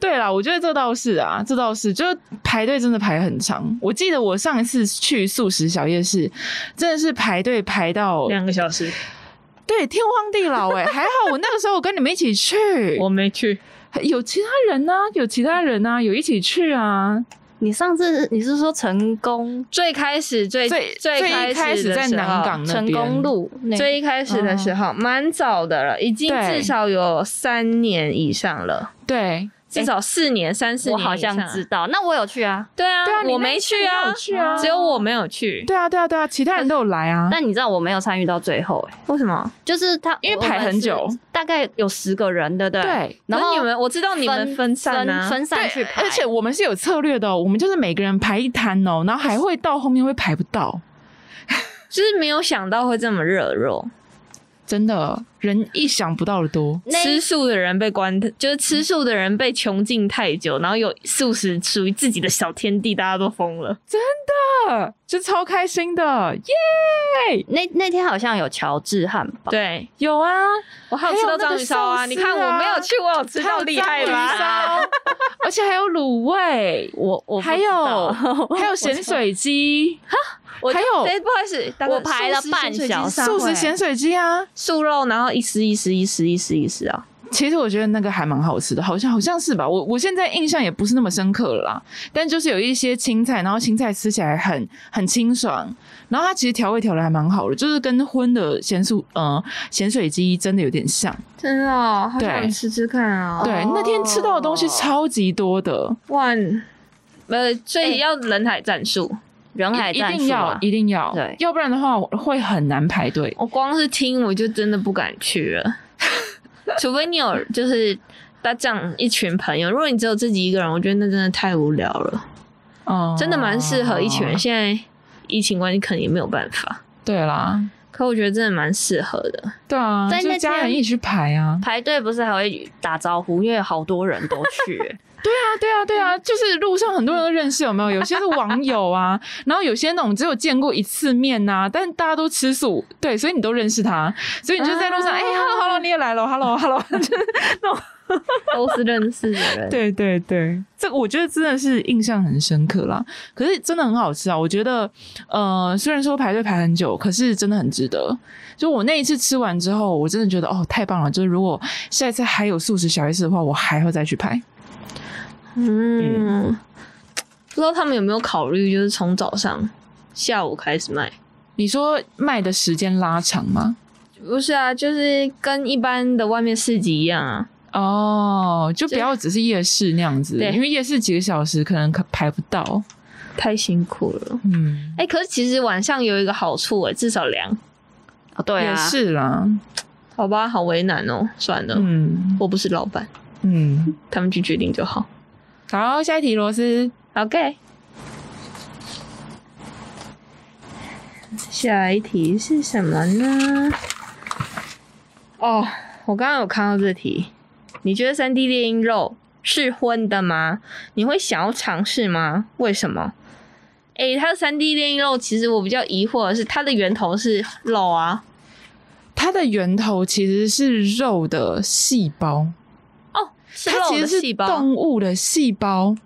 Speaker 1: 对啦，我觉得这倒是啊，这倒是，就是排队真的排很长。我记得我上一次去素食小夜市，真的是排队排到
Speaker 3: 两个小时，
Speaker 1: 对天荒地老 哎、还好我那个时候我跟你们一起去，
Speaker 3: 我没去。
Speaker 1: 有其他人呢、有其他人呢、有一起去啊。
Speaker 2: 你上次你是说成功
Speaker 3: 最开始最
Speaker 1: 最
Speaker 3: 最
Speaker 1: 最一开
Speaker 3: 开
Speaker 1: 始
Speaker 3: 的
Speaker 1: 在
Speaker 3: 时
Speaker 1: 南
Speaker 3: 候
Speaker 1: 港那嗯
Speaker 2: 成
Speaker 1: 边
Speaker 2: 功路那
Speaker 3: 最一开始的时候，蛮早的了，已经
Speaker 1: 对
Speaker 3: 至少有三年以上了。
Speaker 1: 对
Speaker 3: 至少四年、三四
Speaker 2: 我
Speaker 3: 年以上啊。
Speaker 2: 好像知道，那我有去啊。
Speaker 3: 对啊，
Speaker 1: 对啊，你
Speaker 3: 我
Speaker 1: 那
Speaker 3: 没
Speaker 1: 一次
Speaker 3: 去
Speaker 1: 你
Speaker 3: 啊
Speaker 1: 有，去啊，
Speaker 3: 只有我没有去。
Speaker 1: 对啊，对啊，对啊，其他人都有来啊。
Speaker 2: 但你知道我没有参与到最后、欸，
Speaker 3: 为什么？
Speaker 2: 就是他
Speaker 1: 因为排很久，
Speaker 2: 大概有十个人，对不对？
Speaker 1: 对
Speaker 2: 然
Speaker 3: 可
Speaker 2: 后
Speaker 3: 是你们我知道你们分散啊，
Speaker 2: 分散去排，
Speaker 1: 而且我们是有策略的、哦，我们就是每个人排一摊哦，然后还会到后面会排不到，
Speaker 3: 就是没有想到会这么热络。
Speaker 1: 真的人意想不到的多。
Speaker 2: 那
Speaker 3: 吃素的人被关，就是吃素的人被囚禁太久，然后有素食属于自己的小天地，大家都疯了。嗯
Speaker 1: 啊，就超开心的耶！
Speaker 2: 那那天好像有乔治汉堡，
Speaker 3: 对，
Speaker 1: 有啊，
Speaker 3: 我还有吃到章鱼烧啊！
Speaker 1: 还有那个寿司啊
Speaker 3: 你看我没有去，我有吃到厉害吧？
Speaker 1: 还有章鱼 烧？而且还有卤味，
Speaker 2: 我我不
Speaker 1: 还
Speaker 2: 知
Speaker 1: 有
Speaker 2: 道
Speaker 1: 还有咸水鸡，
Speaker 3: 我就
Speaker 1: 还有
Speaker 3: 对，不好意思，大哥
Speaker 2: 我排了
Speaker 3: 素食
Speaker 2: 半
Speaker 3: 咸水鸡哎
Speaker 2: 小
Speaker 3: 沙
Speaker 2: 时
Speaker 1: 素
Speaker 3: 会
Speaker 1: 食咸水鸡啊。
Speaker 3: 素肉，然后一丝一丝一丝一丝一丝啊，
Speaker 1: 其实我觉得那个还蛮好吃的，好像好像是吧。我我现在印象也不是那么深刻了啦，但就是有一些青菜，然后青菜吃起来很很清爽，然后它其实调味调的还蛮好的，就是跟荤的咸素呃咸水鸡真的有点像。
Speaker 3: 真的、哦，好
Speaker 1: 想
Speaker 3: 吃吃看啊
Speaker 1: 对，那天吃到的东西超级多的，
Speaker 3: 哇，呃，所
Speaker 2: 以
Speaker 3: 以要人海战术。
Speaker 2: 人海
Speaker 1: 一
Speaker 2: 战
Speaker 1: 定
Speaker 2: 术
Speaker 1: 要
Speaker 2: 啊，
Speaker 1: 一定要，
Speaker 2: 对
Speaker 1: 要不然的话会很难排队。
Speaker 3: 我光是听我就真的不敢去 了，除非你有就是搭这样一群朋友，如果你只有自己一个人，我觉得那真的太无聊了，
Speaker 1: 哦，
Speaker 3: 真的蛮适合一群人。现在疫情关系，可能也没有办法，
Speaker 1: 对啦，
Speaker 3: 可我觉得真的蛮适合的。
Speaker 1: 对啊，
Speaker 2: 在
Speaker 1: 就
Speaker 2: 那
Speaker 1: 家
Speaker 2: 天
Speaker 1: 人一起去排啊。
Speaker 2: 排队不是还会打招呼，因为好多人都去、欸
Speaker 1: 啊，对啊，对啊，就是路上很多人都认识，有没有？有些是网友 啊，然后有些那种只有见过一次面呐、但大家都吃素，对，所以你都认识他，所以你就在路上，
Speaker 3: 啊
Speaker 1: 哎、h e l l o hello，你也来了，hello hello，
Speaker 3: 都是认识的 人，
Speaker 1: 对对对，这个我觉得真的是印象很深刻啦。可是真的很好吃啊，我觉得，呃，虽然说排队排很久，可是真的很值得。就我那一次吃完之后，我真的觉得哦，太棒了！就是如果下一次还有素食小 S 的话，我还会再去排。
Speaker 3: 嗯，不知道他们有没有考虑，就是从早上下午开始卖。
Speaker 1: 你说卖的时间拉长吗？
Speaker 3: 不是啊，就是跟一般的外面市集一样啊。
Speaker 1: 哦，就不
Speaker 3: 就
Speaker 1: 要只是夜市那样子，
Speaker 3: 对
Speaker 1: 因为夜市几个小时可能可排不到。
Speaker 3: 太辛苦了。
Speaker 1: 嗯，
Speaker 3: 哎、可是其实晚上有一个好处哎、至少凉。
Speaker 2: 哦，对
Speaker 1: 也
Speaker 2: 啊，
Speaker 1: 是啦。
Speaker 3: 好吧，好为难哦，算了，
Speaker 1: 嗯
Speaker 3: 我不是老板，
Speaker 1: 嗯，
Speaker 3: 他们去决定就好。
Speaker 1: 好，下一题，罗斯。
Speaker 3: OK。下一题是什么呢？哦，我刚刚有看到这题，你觉得三 D 猎鹰肉是荤的吗？你会想要尝试吗？为什么？诶、它的三 D 猎鹰肉，其实我比较疑惑的是，它的源头是肉啊，
Speaker 1: 它的源头其实是肉的细胞，
Speaker 3: 哦，是
Speaker 1: 它
Speaker 3: 肉
Speaker 1: 其
Speaker 3: 的
Speaker 1: 实
Speaker 3: 细
Speaker 1: 是
Speaker 3: 胞，
Speaker 1: 动物的细胞，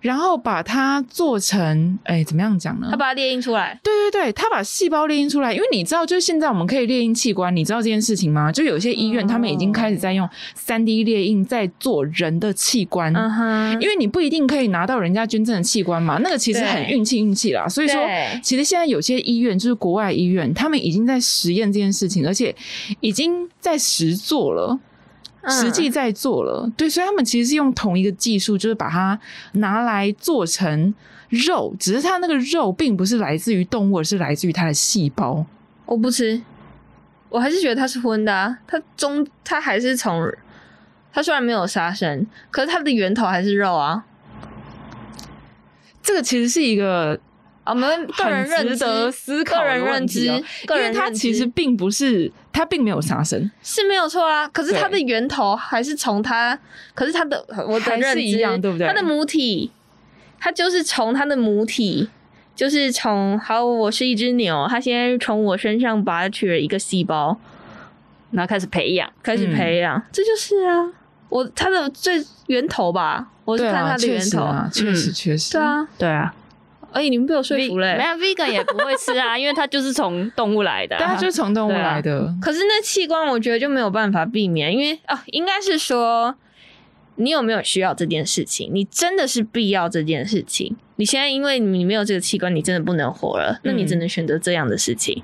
Speaker 1: 然后把它做成，哎，怎么样讲呢
Speaker 3: 它？把它猎鹰出来，
Speaker 1: 对对对，它把细胞列印出来，因为你知道，就是现在我们可以列印器官，你知道这件事情吗？就有些医
Speaker 3: 嗯
Speaker 1: 院他们已经开始在用三 D 列印在做人的器官。
Speaker 3: 嗯哼，
Speaker 1: 因为你不一定可以拿到人家捐赠的器官嘛，那个其实很
Speaker 3: 对
Speaker 1: 运气运气啦。所以说
Speaker 3: 对，
Speaker 1: 其实现在有些医院，就是国外医院，他们已经在实验这件事情，而且已经在实做了。
Speaker 3: 嗯
Speaker 1: 实际在做了，对，所以他们其实是用同一个技术，就是把它拿来做成肉，只是它那个肉并不是来自于动物，而是来自于它的细胞。
Speaker 3: 我不吃，我还是觉得它是荤的啊。它中它还是从，它虽然没有杀生，可是它的源头还是肉啊。
Speaker 1: 这个其实是一个
Speaker 3: 啊，我们个人
Speaker 1: 很
Speaker 3: 认
Speaker 1: 值
Speaker 3: 知，
Speaker 1: 得思考
Speaker 3: 个
Speaker 1: 的
Speaker 3: 人认
Speaker 1: 问题
Speaker 3: 知
Speaker 1: 哦，
Speaker 3: 个
Speaker 1: 因
Speaker 3: 人
Speaker 1: 为它
Speaker 3: 认
Speaker 1: 其
Speaker 3: 知
Speaker 1: 实并不是，它并没有杀生，
Speaker 3: 是没有错啊。可是它的
Speaker 1: 对
Speaker 3: 源头还是从它，可是它的我的
Speaker 1: 还是
Speaker 3: 认知
Speaker 1: 一样对不对
Speaker 3: 它的母体，它就是从它的母体。就是从好，我是一只牛，它现在从我身上拔取了一个细胞，
Speaker 2: 然后开始培养。
Speaker 3: 开始
Speaker 1: 嗯
Speaker 3: 培养，这就是啊，我它的最源头吧，我是
Speaker 1: 对
Speaker 3: 看
Speaker 1: 啊，
Speaker 3: 它的
Speaker 1: 确
Speaker 3: 源
Speaker 1: 实
Speaker 3: 头，
Speaker 1: 啊，确实
Speaker 2: 嗯
Speaker 1: 确实，
Speaker 3: 对，啊，
Speaker 2: 对啊，
Speaker 3: 哎、你们被我说服嘞、
Speaker 2: 没有 vegan 也不会吃啊，因为它就是从动物来的啊、
Speaker 1: 但它就是从动物
Speaker 2: 对啊
Speaker 1: 来的，
Speaker 3: 可是那器官我觉得就没有办法避免，因为啊，应该是说你有没有需要这件事情，你真的是必要这件事情。你现在因为你没有这个器官，你真的不能活了，那你只能选择这样的事情。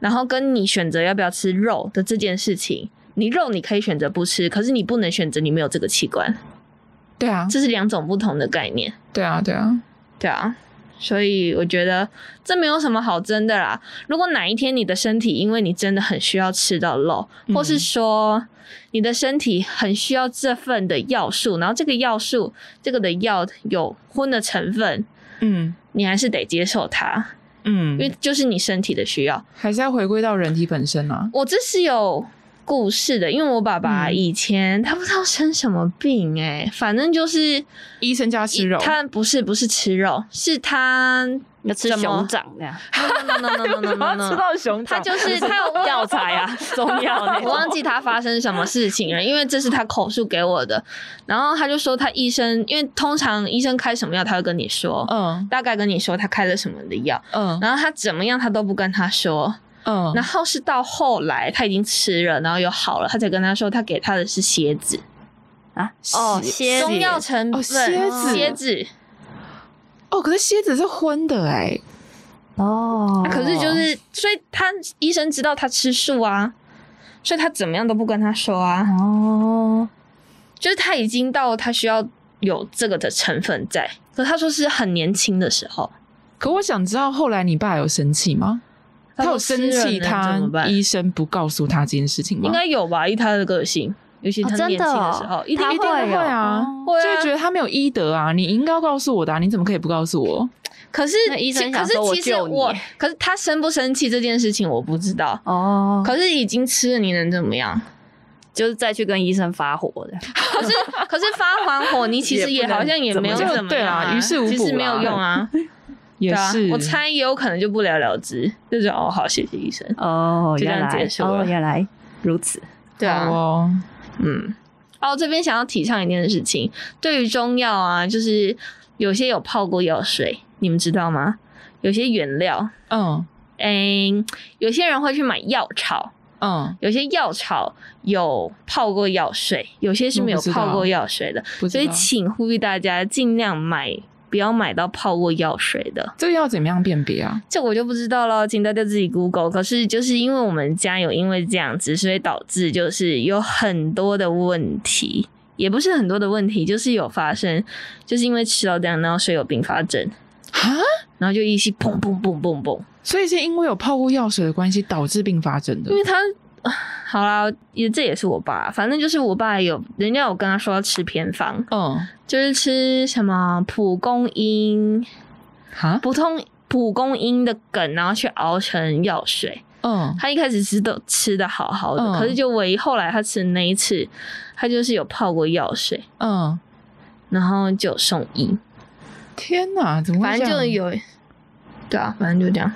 Speaker 3: 然后跟你选择要不要吃肉的这件事情，你肉你可以选择不吃，可是你不能选择你没有这个器官，
Speaker 1: 对啊，
Speaker 3: 这是两种不同的概念。
Speaker 1: 对啊，对啊，
Speaker 3: 对啊，所以我觉得这没有什么好争的啦。如果哪一天你的身体因为你真的很需要吃到肉，
Speaker 1: 嗯
Speaker 3: 或是说你的身体很需要这份的药素，然后这个药素这个的药有荤的成分，
Speaker 1: 嗯
Speaker 3: 你还是得接受它，
Speaker 1: 嗯，
Speaker 3: 因为就是你身体的需要。
Speaker 1: 还是要回归到人体本身啊。
Speaker 3: 我这是有故事的，因为我爸爸
Speaker 1: 嗯
Speaker 3: 以前、他不知道生什么病哎、反正就是
Speaker 1: 医生叫吃肉，
Speaker 3: 他不是不是吃肉，是他
Speaker 2: 要吃
Speaker 3: 怎么
Speaker 2: 熊掌这样，
Speaker 3: no no no no
Speaker 1: 怎
Speaker 3: no
Speaker 1: 么
Speaker 3: no
Speaker 1: 要
Speaker 3: no
Speaker 1: 吃
Speaker 3: no，
Speaker 1: 到熊
Speaker 3: 他
Speaker 1: 掌？
Speaker 3: 就是他有
Speaker 2: 药材啊，中药那
Speaker 3: 我忘记他发生什么事情了，因为这是他口述给我的。然后他就说他医生，因为通常医生开什么药，他会跟你说，
Speaker 1: 嗯
Speaker 3: 大概跟你说他开了什么的药。
Speaker 1: 嗯
Speaker 3: 然后他怎么样，他都不跟他说。
Speaker 1: 嗯，
Speaker 3: 然后是到后来他已经吃了，然后又好了，他才跟他说他给他的是蝎子，
Speaker 2: 啊，哦，蝎子
Speaker 3: 中药成分，
Speaker 1: 哦蝎
Speaker 2: 子
Speaker 3: 蝎子。
Speaker 1: 哦，可是蝎子是荤的哎，
Speaker 2: 哦
Speaker 3: 啊，可是就是，所以他医生知道他吃素啊，所以他怎么样都不跟他说啊。
Speaker 2: 哦，
Speaker 3: 就是他已经到他需要有这个的成分在，可是他说是很年轻的时候，
Speaker 1: 可我想知道后来你爸有生气吗？他有生气，
Speaker 3: 他
Speaker 1: 他
Speaker 3: 说吃人了怎么办
Speaker 1: 医生不告诉他这件事情吗？
Speaker 3: 应该有吧？以他的个性，尤其他
Speaker 2: 哦真的
Speaker 3: 年轻的时候，
Speaker 2: 哦
Speaker 3: 一定
Speaker 2: 他
Speaker 1: 一定
Speaker 2: 会
Speaker 1: 会
Speaker 2: 哦
Speaker 1: 啊，
Speaker 3: 会
Speaker 1: 就会觉
Speaker 3: 啊。
Speaker 1: 得他没有医德啊！你应该要告诉我的、啊，你怎么可以不告诉我？
Speaker 3: 可是
Speaker 2: 那医生
Speaker 3: 其可
Speaker 2: 想
Speaker 3: 是
Speaker 2: 说我
Speaker 3: 其实
Speaker 2: 救你
Speaker 3: 我，可是他生不生气这件事情我不知道。
Speaker 2: 哦，
Speaker 3: 可是已经吃了，你能怎么样？
Speaker 2: 就是再去跟医生发火的，
Speaker 3: 可 是可是发还火，你其实也
Speaker 2: 也不能
Speaker 3: 好像也没有
Speaker 1: 怎么样
Speaker 3: 怎么样啊
Speaker 1: 对啦于事无补啦
Speaker 3: 其实没有用啊，对
Speaker 1: 也
Speaker 3: 啊
Speaker 1: 是，，
Speaker 3: 我猜也有可能就不了了之，就是哦，好，谢谢医生。
Speaker 2: 哦，
Speaker 3: 就这样
Speaker 2: 原来
Speaker 3: 结束了
Speaker 2: 哦，原来如此，
Speaker 3: 对啊
Speaker 1: 好，哦，
Speaker 3: 嗯，哦，这边想要提倡一件事情，对于中药啊，就是有些有泡过药水，你们知道吗？有些原料，
Speaker 1: 嗯
Speaker 3: 嗯，有些人会去买药草，
Speaker 1: 嗯，
Speaker 3: 有些药草有泡过药水，有些是没
Speaker 1: 嗯
Speaker 3: 有
Speaker 1: 我不知道
Speaker 3: 泡过药水的，
Speaker 1: 不知道
Speaker 3: 所以请呼吁大家尽量买，不要买到泡过药水的。
Speaker 1: 这个要怎么样辨别啊？
Speaker 3: 这我就不知道了，请大家自己 Google。可是就是因为我们家有因为这样子，所以导致就是有很多的问题，也不是很多的问题，就是有发生，就是因为吃到这样，然后所以有并发症，
Speaker 1: 啊，
Speaker 3: 然后就一起砰砰砰砰砰，
Speaker 1: 所以是因为有泡过药水的关系导致并发症的
Speaker 3: 因，为他。 啊好啦，也这也是我爸，反正就是我爸有人家有跟他说要吃偏方，
Speaker 1: 嗯，
Speaker 3: 就是吃什么蒲公英、
Speaker 1: 哈，
Speaker 3: 普通蒲公英的梗，然后去熬成药水，
Speaker 1: 嗯，
Speaker 3: 他一开始吃都吃的好好的，
Speaker 1: 嗯
Speaker 3: 可是就唯一后来他吃的那一次，他就是有泡过药水，
Speaker 1: 嗯，
Speaker 3: 然后就有送医，
Speaker 1: 天哪，怎么会
Speaker 3: 反正
Speaker 1: 这
Speaker 3: 就
Speaker 1: 样
Speaker 3: 有，对啊，反正就这样。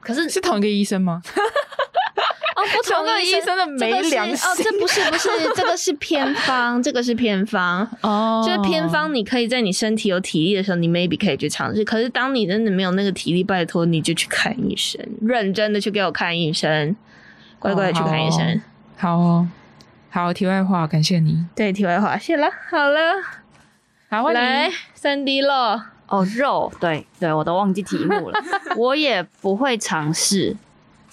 Speaker 3: 可是
Speaker 1: 是同一个医生吗？
Speaker 3: 哦，不同的
Speaker 1: 同一个医生的没良心
Speaker 3: 这个是、哦，这不是不是，这个是偏方，这个是偏方。
Speaker 1: 哦
Speaker 3: 就是偏方，你可以在你身体有体力的时候，你 maybe 可以去尝试。可是当你真的没有那个体力，拜托你就去看医生，认真的去给我看医生，乖乖的去看医
Speaker 1: 哦
Speaker 3: 生。
Speaker 1: 好哦好哦，好，题外话，感谢你。
Speaker 3: 对，题外话，谢啦，好了。
Speaker 1: 好，换你
Speaker 3: 来，三 D 咯，
Speaker 2: 哦，肉，对对，我都忘记题目了，我也不会尝试，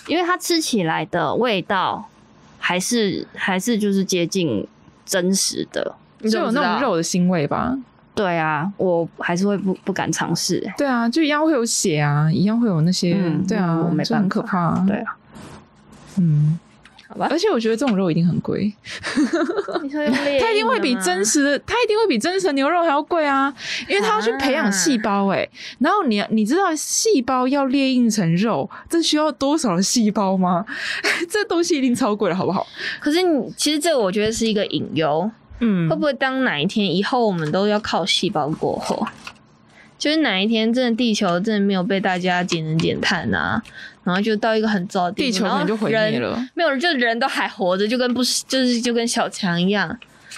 Speaker 2: 因为它吃起来的味道还是还是就是接近真实的。
Speaker 3: 你
Speaker 1: 就
Speaker 3: 怎
Speaker 1: 有
Speaker 3: 么知道
Speaker 1: 那种肉的腥味吧？
Speaker 2: 对啊，我还是会不不敢尝试、欸。
Speaker 1: 对啊，就一样会有血啊，一样会有那些，
Speaker 2: 嗯
Speaker 1: 对啊，
Speaker 2: 我没
Speaker 1: 就很
Speaker 2: 办法
Speaker 1: 可怕、啊。
Speaker 2: 对啊，
Speaker 1: 嗯，
Speaker 3: 好吧
Speaker 1: 而且我觉得这种肉一定很贵，
Speaker 3: 你说用猎
Speaker 1: 它一定会比真实的，它一定会比真实的牛肉还要贵啊，因为它要去培养
Speaker 3: 啊
Speaker 1: 细胞哎、然后你你知道细胞要裂印成肉，这需要多少的细胞吗？ 这东西一定超贵了，好不好？
Speaker 3: 可是你其实这个我觉得是一个隐忧，
Speaker 1: 嗯
Speaker 3: 会不会当哪一天以后我们都要靠细胞过活？就是哪一天真的地球真的没有被大家节能减碳啊，然后就到一个很糟的地
Speaker 1: 地
Speaker 3: 步
Speaker 1: 球可能就毁灭，了。
Speaker 3: 没有，就人都还活着，就跟不是就是就跟小强一样。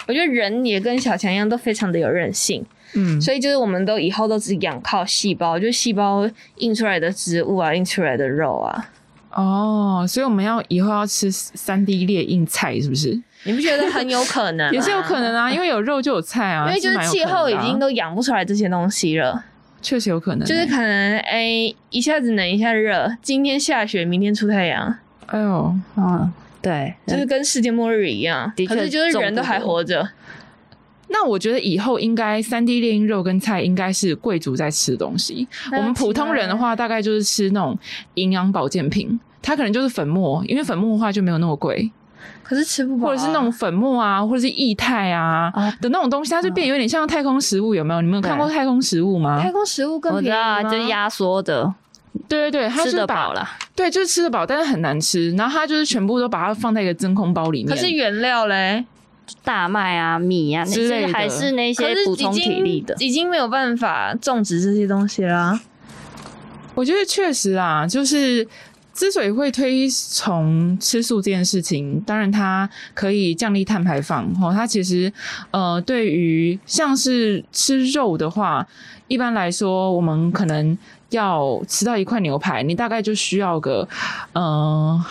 Speaker 3: 我觉得人也跟小强一样，都非常的有韧性。
Speaker 1: 嗯，
Speaker 3: 所以就是我们都以后都只养靠细胞，就细胞印出来的植物啊，印出来的肉啊，
Speaker 1: 哦，所以我们要以后要吃三 D 裂印菜，是不是？
Speaker 3: 你不觉得很有可 能、
Speaker 1: 也是有可能， 啊，因为有肉就有菜啊，
Speaker 3: 因为就是
Speaker 1: 蛮有
Speaker 3: 气
Speaker 1: 可能的啊
Speaker 3: 候已经都养不出来这些东西了，
Speaker 1: 确实有可能欸、
Speaker 3: 就是可能哎、一下子冷一下热，今天下雪，明天出太阳，
Speaker 1: 哎呦，
Speaker 2: 嗯，对，
Speaker 3: 就是跟世界末日一样
Speaker 2: 的。确
Speaker 3: 可是就是人都还活着，
Speaker 1: 那我觉得以后应该三 D 猎鹰肉跟菜应该是贵族在吃的东西，
Speaker 3: 那
Speaker 1: 我们普通人的话大概就是吃那种营养保健品，它可能就是粉末，因为粉末的话就没有那么贵，
Speaker 3: 可是吃不饱啊、
Speaker 1: 或者是那种粉末啊，或者是液态啊。
Speaker 2: 啊，
Speaker 1: 的那种东西，它就变有点像太空食物，有没有？你们有看过
Speaker 2: 对
Speaker 1: 太空食物吗
Speaker 3: 太？空食物更
Speaker 2: 我知
Speaker 3: 便宜
Speaker 2: 道啊，
Speaker 3: 吗
Speaker 2: 就是压缩的，
Speaker 1: 对对对，它就
Speaker 2: 吃
Speaker 1: 是
Speaker 2: 得
Speaker 1: 把
Speaker 2: 饱啦。
Speaker 1: 对，就是吃得饱，但是很难吃。然后它就是全部都把它放在一个真空包里面。
Speaker 3: 可是原料嘞，
Speaker 2: 大麦啊、米啊那
Speaker 1: 之类
Speaker 2: 些，
Speaker 1: 的
Speaker 2: 还是那
Speaker 3: 可
Speaker 2: 些
Speaker 3: 是
Speaker 2: 补
Speaker 3: 已
Speaker 2: 充体
Speaker 3: 经
Speaker 2: 力的。
Speaker 3: 已经没有办法种植这些东西啦。
Speaker 1: 我觉得确实啊，就是之所以会推崇吃素这件事情，当然它可以降低碳排放，哦，它其实呃，对于像是吃肉的话，一般来说我们可能要吃到一块牛排，你大概就需要个嗯。呃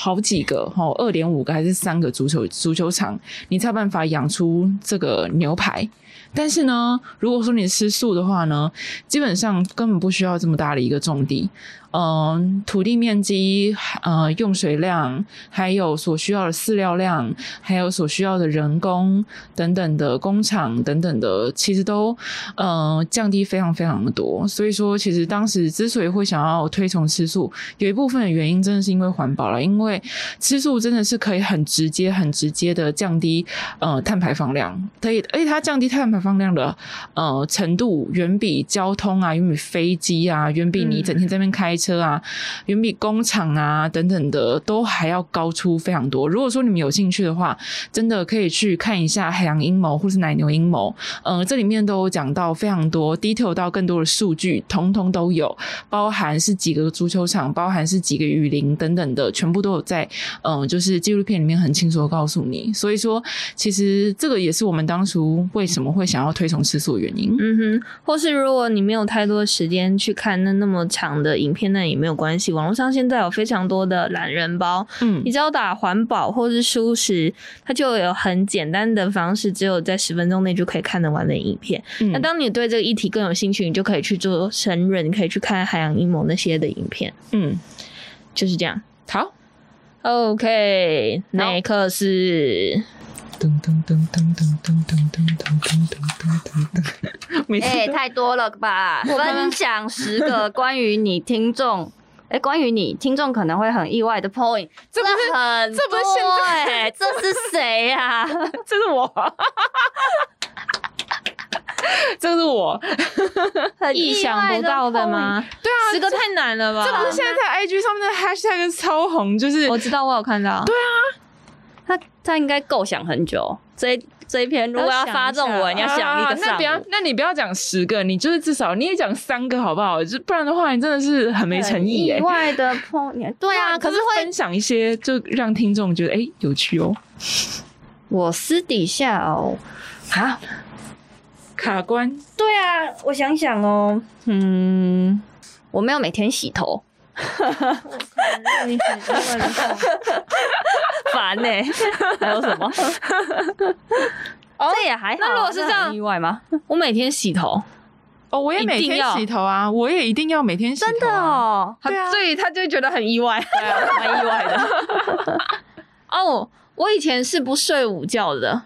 Speaker 1: 好几个哦，二点五个还是三个足球足球场，你才有办法养出这个牛排。但是呢，如果说你吃素的话呢，基本上根本不需要这么大的一个种地，嗯、土地面积、呃用水量，还有所需要的饲料量，还有所需要的人工等等的工厂等等的，其实都呃降低非常非常的多。所以说，其实当时之所以会想要推崇吃素，有一部分的原因真的是因为环保了，因为吃素真的是可以很直接、很直接的降低呃碳排放量，可以，而且它降低碳排放量的呃程度远比交通啊、远比飞机啊、远比你
Speaker 3: 嗯
Speaker 1: 整天在那边开车啊、远比工厂啊等等的都还要高出非常多。如果说你们有兴趣的话，真的可以去看一下海洋阴谋或是奶牛阴谋，呃，这里面都有讲到非常多 detail 到更多的数据，通通都有，包含是几个足球场，包含是几个雨林等等的，全部都有在，嗯、就是纪录片里面很清楚的告诉你。所以说，其实这个也是我们当初为什么会想要推崇吃素的原因。
Speaker 3: 嗯哼，或是如果你没有太多时间去看那那么长的影片，那也没有关系。网络上现在有非常多的懒人包，
Speaker 1: 嗯
Speaker 3: 你只要打环保或是舒适，它就有很简单的方式，只有在十分钟内就可以看得完的影片。
Speaker 1: 嗯
Speaker 3: 那当你对这个议题更有兴趣，你就可以去做深入，你可以去看海洋阴谋那些的影片，
Speaker 1: 嗯，
Speaker 3: 就是这样。
Speaker 1: 好。
Speaker 3: OK，那一刻是
Speaker 1: 噔噔噔噔噔噔噔噔噔噔噔噔噔，每次
Speaker 2: 哎、
Speaker 1: 都
Speaker 2: 太多了吧！分享十个关于你听众，哎、关于你听众可能会很意外的 point，
Speaker 1: 这不是
Speaker 2: 很
Speaker 1: 这不是现
Speaker 2: 多
Speaker 1: 在
Speaker 2: 哎、这是谁啊呀、
Speaker 1: 这是我，这是我，
Speaker 2: 很
Speaker 3: 意想不到的吗？对啊，十个太难了吧？
Speaker 1: 这不是现在在 IG 上面的 hashtag 超红，就是
Speaker 3: 啊我知道，我有看到。对啊，
Speaker 2: 意外的 point？他他应该构想很久，这一这一篇如果要发这种文，
Speaker 3: 你
Speaker 2: 要想一
Speaker 1: 啊
Speaker 2: 个上
Speaker 1: 那不要
Speaker 2: 午，
Speaker 1: 那你不要讲十个，你就是至少你也讲三个好不好？就不然的话，你真的是很没诚意哎
Speaker 2: 很
Speaker 3: 啊
Speaker 2: 意。外的 point，对啊，可是会
Speaker 1: 分享一些，就让听众觉得哎、有趣哦。
Speaker 2: 我私底下哦，啊，
Speaker 1: 卡关，
Speaker 2: 对啊，我想想哦，嗯，我没有每天洗头，
Speaker 3: 你很意外的。
Speaker 2: 烦呢、 还有什么？这也还好啊。
Speaker 3: 那如果是这样
Speaker 2: 很意外吗？
Speaker 3: 我每天洗头，
Speaker 1: 哦，我也每
Speaker 3: 一定
Speaker 1: 天
Speaker 3: 要
Speaker 1: 洗头啊，我也一定要每天洗头、啊
Speaker 2: 真的，哦，
Speaker 3: 他
Speaker 1: 对啊
Speaker 3: 所以他就会觉得很意外。
Speaker 2: 对啊，蛮意外的。
Speaker 3: 哦，我以前是不睡午觉的，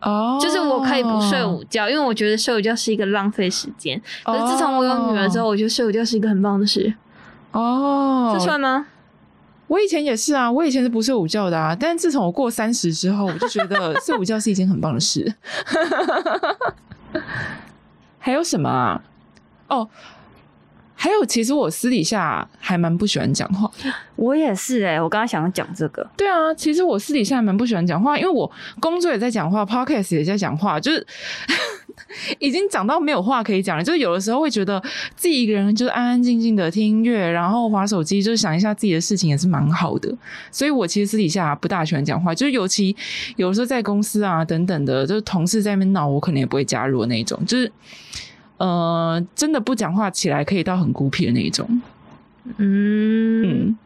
Speaker 1: 哦，
Speaker 3: 就是我可以不睡午觉，因为我觉得睡午觉是一个浪费时间。
Speaker 1: 哦。
Speaker 3: 可是自从我有女儿之后，我觉得睡午觉是一个很棒的事。
Speaker 1: 哦，
Speaker 3: 这算吗？
Speaker 1: 我以前也是啊，我以前是不睡午觉的啊，但自从我过三十之后，我就觉得睡午觉是一件很棒的事。还有什么啊？哦，还有，其实我私底下还蛮不喜欢讲话。
Speaker 2: 我也是哎、我刚刚想讲这个，
Speaker 1: 对啊，其实我私底下还蛮不喜欢讲话，因为我工作也在讲话，podcast 也在讲话，就是 已经讲到没有话可以讲了。就是有的时候会觉得自己一个人就是安安静静的听音乐，然后划手机，就是想一下自己的事情也是蛮好的。所以我其实私底下不大喜欢讲话，就是尤其有时候在公司啊等等的，就是同事在那边闹，我可能也不会加入的那一种，就是呃，真的不讲话起来可以到很孤僻的那一种。
Speaker 3: 嗯，
Speaker 1: 嗯，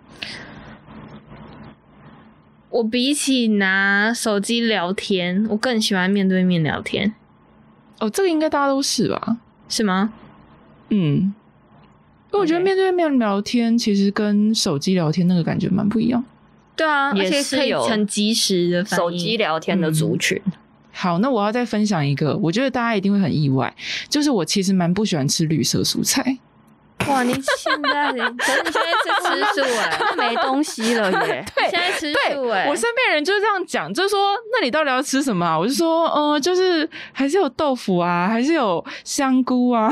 Speaker 3: 我比起拿手机聊天，我更喜欢面对面聊天，
Speaker 1: 哦，这个应该大家都是吧？
Speaker 3: 是吗？
Speaker 1: 嗯，因为我觉得
Speaker 3: OK
Speaker 1: 面对面聊天其实跟手机聊天那个感觉蛮不一样。
Speaker 3: 对啊，而
Speaker 2: 也
Speaker 3: 且
Speaker 2: 是
Speaker 3: 可以
Speaker 2: 有
Speaker 3: 很及时的反应
Speaker 2: 手机聊天的族群，
Speaker 1: 好，那我要再分享一个，我觉得大家一定会很意外，就是我其实蛮不喜欢吃绿色蔬菜。
Speaker 3: 哇，你现在，可是你现在是吃素哎、
Speaker 2: 没东西了耶。
Speaker 3: 你现在吃
Speaker 1: 对
Speaker 3: 素哎、
Speaker 1: 我身边人就是这样讲，就是说，那你到底要吃什么啊？我就说，呃，就是还是有豆腐啊，还是有香菇啊，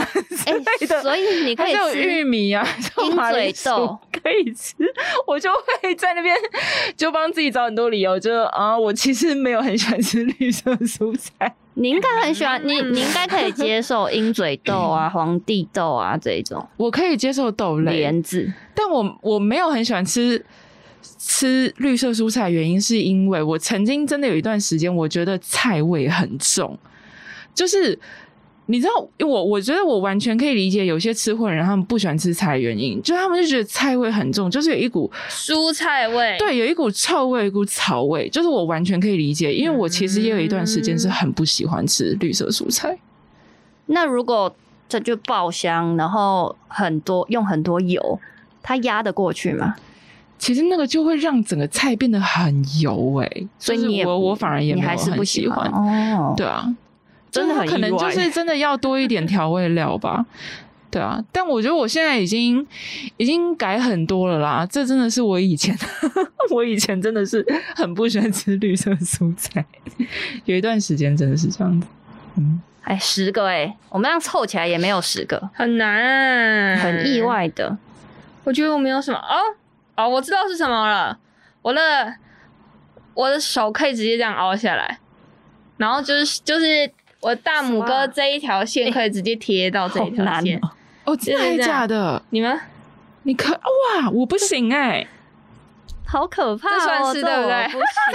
Speaker 2: 哎、
Speaker 1: 的
Speaker 2: 所以你可
Speaker 1: 还
Speaker 2: 以
Speaker 1: 是有
Speaker 2: 吃
Speaker 1: 玉米啊，还是有
Speaker 2: 鹰
Speaker 1: 马
Speaker 2: 嘴
Speaker 1: 铃薯
Speaker 2: 豆
Speaker 1: 可以吃。 我就会在那边 就帮自己找很多理由，就啊、我其实没有很喜欢吃绿色蔬菜。
Speaker 2: 你应该很喜欢，你
Speaker 3: 嗯
Speaker 2: 你应该可以接受鹰嘴豆 啊、皇帝豆啊这一种
Speaker 1: 我可以接受豆类，
Speaker 2: 莲子。
Speaker 1: 但我我没有很喜欢吃吃绿色蔬菜，原因是因为我曾经真的有一段时间，我觉得菜味很重，就是。你知道，我我觉得我完全可以理解有些吃货人他们不喜欢吃菜的原因，就是他们就觉得菜味很重，就是有一股
Speaker 3: 蔬菜味，
Speaker 1: 对，有一股臭味，有一股草味，就是我完全可以理解，因为我其实也有一段时间是很不喜欢吃绿色蔬菜。
Speaker 2: 那如果这就爆香，然后很多用很多油，它压得过去吗？
Speaker 1: 其实那个就会让整个菜变得很油哎、
Speaker 2: 所以
Speaker 1: 就是
Speaker 2: 你也
Speaker 1: 我
Speaker 2: 不
Speaker 1: 我反而也
Speaker 2: 你
Speaker 1: 没有
Speaker 2: 还是
Speaker 1: 很
Speaker 2: 不
Speaker 1: 喜
Speaker 2: 欢哦。
Speaker 1: 对啊，
Speaker 2: 真
Speaker 1: 就
Speaker 2: 的
Speaker 1: 是
Speaker 2: 很
Speaker 1: 可能
Speaker 2: 意
Speaker 1: 就
Speaker 2: 外
Speaker 1: 是真的要多一点调味料吧。对啊，但我觉得我现在已经已经改很多了啦。这真的是我以前， 我以前真的是很不喜欢吃绿色蔬菜，有一段时间真的是这样子。嗯。
Speaker 2: 哎，十个哎、我们这样凑起来也没有十个，
Speaker 1: 嗯
Speaker 3: 很难，
Speaker 2: 很意。外的。
Speaker 3: 我觉得我没有什么哦哦，我知道是什么了，我的我的手可以直接这样凹下来，然后就是就是我大拇
Speaker 2: 哇
Speaker 3: 哥这一条线可以直接贴到这一
Speaker 2: 好
Speaker 3: 条
Speaker 2: 难
Speaker 3: 线，
Speaker 2: 哦
Speaker 1: 哦，真的
Speaker 3: 就是
Speaker 1: 还
Speaker 3: 这样
Speaker 1: 假的？
Speaker 3: 你们
Speaker 1: 你可哇，我不行哎、
Speaker 2: 好可怕、哦！
Speaker 3: 这算是
Speaker 2: 这
Speaker 3: 对不
Speaker 2: 我
Speaker 3: 对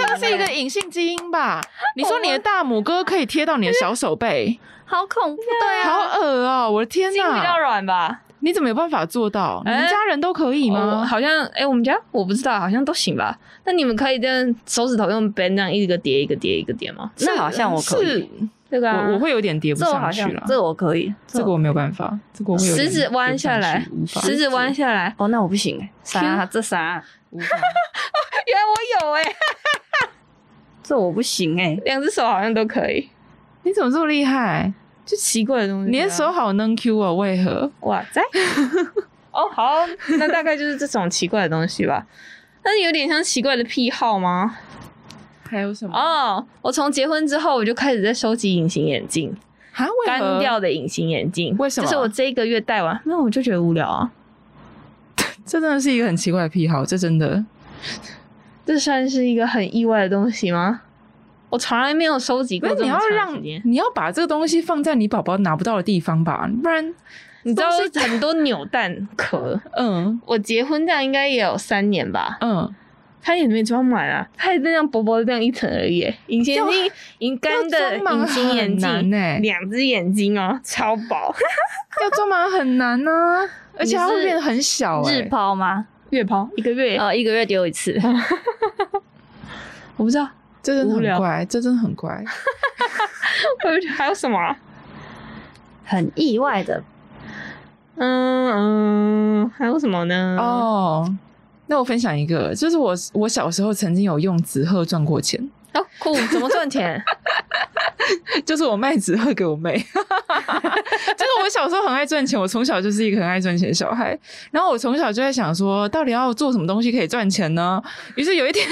Speaker 2: 不行
Speaker 1: 这个是一
Speaker 2: 哎
Speaker 1: 个隐性基因 吧？你说你的大拇哥可以贴到你的小手背，
Speaker 2: 好恐怖， 对啊
Speaker 1: 好恶哦、我的天
Speaker 3: 筋比较
Speaker 1: 哪！
Speaker 3: 软吧？
Speaker 1: 你怎么有办法做到？你们
Speaker 3: 哎
Speaker 1: 家人都可以
Speaker 3: 哦
Speaker 1: 吗？
Speaker 3: 好像哎、我们家我不知道，好像都行吧？那你们可以这样手指头用 bend 这样一个叠一个叠一个叠吗？
Speaker 2: 那好像我可以，
Speaker 1: 是，
Speaker 3: 这个、啊、
Speaker 1: 我我会有点叠不
Speaker 2: 这我
Speaker 1: 上
Speaker 2: 好
Speaker 1: 去
Speaker 2: 像
Speaker 1: 了。
Speaker 2: 这我可以，
Speaker 1: 这个我没有办法，这个我会有点
Speaker 3: 食指弯下来
Speaker 1: 叠不上去
Speaker 3: 食指弯下来，
Speaker 2: 哦，那我 不行哎，啥这啥
Speaker 1: 无法。无法
Speaker 3: 原来我有哎、
Speaker 2: 这我不行
Speaker 1: 欸
Speaker 2: 哎，
Speaker 3: 两只手好像都可以，
Speaker 1: 你怎么这么厉害？
Speaker 3: 就奇怪的东西啊。
Speaker 1: 你的手好能 Q 哦，为何？
Speaker 3: 哇 塞！哦，好，那大概就是这种奇怪的东西吧。那有点像奇怪的癖好吗？
Speaker 1: 还有什么？
Speaker 3: 哦，我从结婚之后我就开始在收集隐形眼镜，
Speaker 1: 啊，为
Speaker 3: 干
Speaker 1: 何？
Speaker 3: 掉的隐形眼镜。
Speaker 1: 为什么
Speaker 3: 就是我这一个月戴完，那我就觉得无聊啊。
Speaker 1: 这真的是一个很奇怪的癖好，这真的。
Speaker 3: 这算是一个很意外的东西吗？我从来没有收集
Speaker 1: 不
Speaker 3: 过
Speaker 1: 是
Speaker 3: 这
Speaker 1: 你
Speaker 3: 么
Speaker 1: 要
Speaker 3: 长
Speaker 1: 让
Speaker 3: 时间。
Speaker 1: 你要把这个东西放在你宝宝拿不到的地方吧，不然
Speaker 3: 你知道
Speaker 1: 东西
Speaker 3: 很多扭蛋壳，
Speaker 1: 嗯
Speaker 3: 我结婚这样应该也有三年吧，
Speaker 1: 嗯，
Speaker 3: 它也没装满啊，它也那样薄薄的这样一层而已。隐形眼镜，银干的
Speaker 1: 要装满
Speaker 3: 隐形眼
Speaker 1: 很
Speaker 3: 镜，
Speaker 1: 难欸
Speaker 3: 两只眼睛哦，超薄，
Speaker 1: 要装满很难呢、 而且它会变得很小、欸。
Speaker 2: 日抛吗？
Speaker 3: 月抛一个月，
Speaker 2: 呃，一个月丢一 次，
Speaker 3: 我不知道，
Speaker 1: 这真的
Speaker 3: 无
Speaker 1: 很
Speaker 3: 聊
Speaker 1: 乖，这真的很乖。
Speaker 3: 我就觉得还有什么啊、
Speaker 2: 很意外的。
Speaker 3: 嗯嗯，还有什么呢？，
Speaker 1: 哦，那我分享一个，就是我我小时候曾经有用纸鹤赚过钱，
Speaker 3: 哦，酷，怎么赚钱？
Speaker 1: 就是我卖纸鹤给我妹， 就是我小时候很爱赚钱，我从小就是一个很爱赚钱的小孩。然后我从小就在想说，到底要做什么东西可以赚钱呢？于是有一天，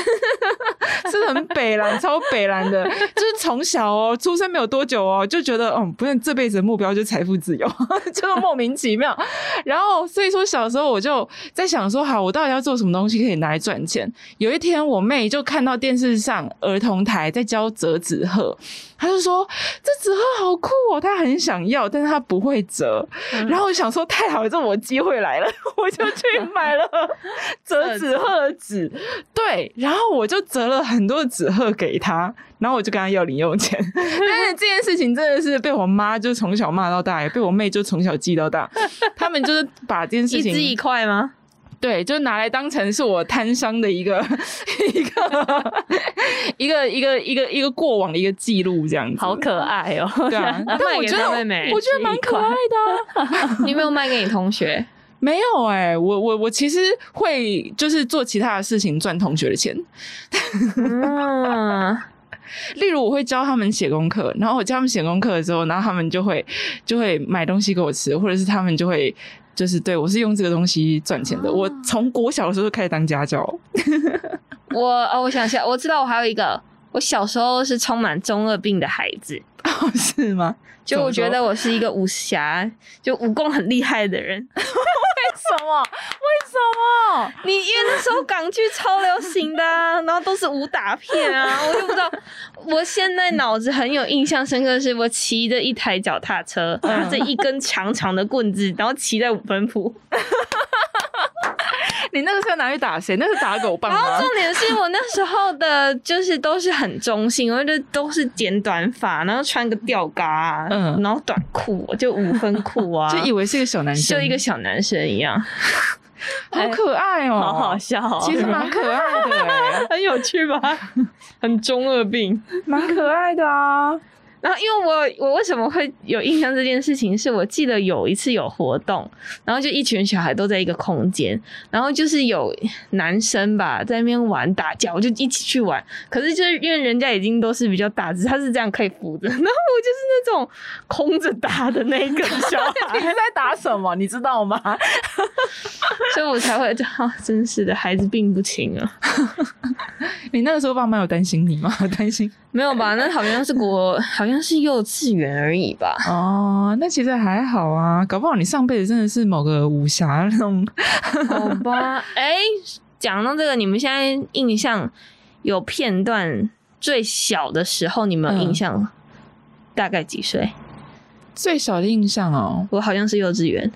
Speaker 1: 是很北蓝，超北蓝的，就是从小哦，出生没有多久哦，就觉得嗯，不是这辈子的目标就是财富自由， 就是莫名其妙。然后所以说小时候我就在想说，好，我到底要做什么东西可以拿来赚钱？有一天我妹就看到电视上儿童台在教折纸鹤，她就说这纸鹤好酷哦，她很想要，但是她不会折。然后我想说太好了，这我机会来了， 我就去买了折纸鹤的纸，对，然后我就折了很多纸鹤给她，然后我就跟她要零用钱。 但是这件事情真的是被我妈就从小骂到大，也被我妹就从小记到大，他们就是把这件事
Speaker 3: 一
Speaker 1: 情
Speaker 3: 只一块吗？
Speaker 1: 对，就拿来当成是我摊商的一个一个一个一个一个一个过往的一个记录，这样子。
Speaker 2: 好可爱哦、
Speaker 1: 对啊，但
Speaker 3: 卖
Speaker 1: 我
Speaker 3: 给
Speaker 1: 觉得
Speaker 3: 他
Speaker 1: 我
Speaker 3: 妹妹
Speaker 1: 我觉得蛮可爱的啊、
Speaker 3: 你有没有卖给你同学？
Speaker 1: 没有哎、我我我其实会就是做其他的事情赚同学的钱，
Speaker 3: 嗯，
Speaker 1: 例如我会教他们写功课，然后我教他们写功课的时候，然后他们就会就会买东西给我吃，或者是他们就会就是对我是用这个东西赚钱的。
Speaker 2: 哦
Speaker 1: 我从国小的时候就开始当家教，
Speaker 3: 我哦，我想想，我知道我还有一个，我小时候是充满中二病的孩子，
Speaker 1: 是吗？
Speaker 3: 就我觉
Speaker 1: 怎么
Speaker 3: 得 我是一个武侠，就武功很厉害的人。
Speaker 1: 说为什么？为什么？
Speaker 3: 你因为那时候港剧超流行的啊、然后都是武打片 啊，我就不知道。我现在脑子很有印象深刻的是，我骑着一台脚踏车，
Speaker 1: 嗯
Speaker 3: 拿着一根长长的棍子，然后骑在五分埔。
Speaker 1: 你那个是要拿去打谁？那是打狗棒
Speaker 3: 然后
Speaker 1: 吗？
Speaker 3: 重点是我那时候的，就是都是很中性，我就都是剪短发，然后穿个吊嘎、啊，
Speaker 1: 嗯
Speaker 3: 然后短裤就五分裤 啊，
Speaker 1: 就以为是一个小男生，
Speaker 3: 就一个小男生一样，
Speaker 1: 好可爱哦、
Speaker 3: 笑、哦
Speaker 1: 其实蛮可爱的、 欸，
Speaker 3: 很有趣吧，很中二病。
Speaker 1: 蛮可爱的 啊。
Speaker 3: 然后，因为我我为什么会有印象这件事情，是我记得有一次有活动，然后就一群小孩都在一个空间，然后就是有男生吧在那边玩打架，我就一起去玩。可是就是因为人家已经都是比较大只，他是这样可以扶着，然后我就是那种空着打的那一个小
Speaker 1: 你
Speaker 3: 孩，
Speaker 1: 在打什么？你知道吗？
Speaker 3: 所以我才会就啊，真是的，孩子病不轻啊。
Speaker 1: 你那个时候爸妈有担心你吗？ 担心
Speaker 3: 没有吧？那好像是国，好像是幼稚园而已吧。
Speaker 1: 哦，那其实还好啊，搞不好你上辈子真的是某个武侠那种。
Speaker 3: 好吧， 哎、讲到这个，你们现在印象有片段最小的时候，你们有印象、大概几岁？
Speaker 1: 最小的印象哦，
Speaker 3: 我好像是幼稚园，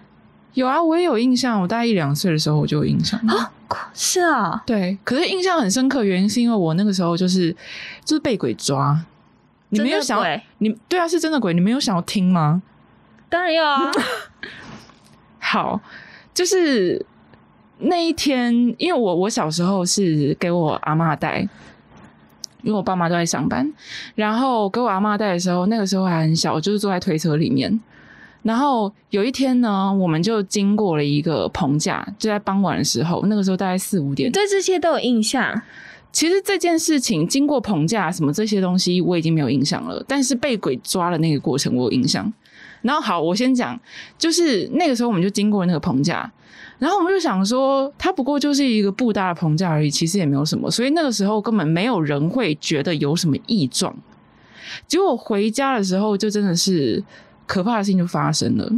Speaker 1: 有啊，我也有印象，我大概一两岁的时候我就有印 象了。
Speaker 3: 是啊，
Speaker 1: 对，可是印象很深刻，原因是因为我那个时候就是就是被鬼抓。你没有想要
Speaker 3: 对，
Speaker 1: 你对啊，是真的鬼，你没有想要听吗？
Speaker 3: 当然要 啊，
Speaker 1: 好，就是那一天，因为我我小时候是给我阿妈带，因为我爸妈都在上班，然后给我阿妈带的时候，那个时候还很小，我就是坐在推车里面。然后有一天呢，我们就经过了一个棚架，就在傍晚的时候，那个时候大概四五点
Speaker 3: 你。对这些都有印象，
Speaker 1: 其实这件事情经过棚架什么这些东西，我已经没有印象了，但是被鬼抓的那个过程我有印象。然后好，我先讲，就是那个时候我们就经过那个棚架，然后我们就想说，它不过就是一个布搭的棚架而已，其实也没有什么，所以那个时候根本没有人会觉得有什么异状。结果回家的时候，就真的是可怕的事情就发生了。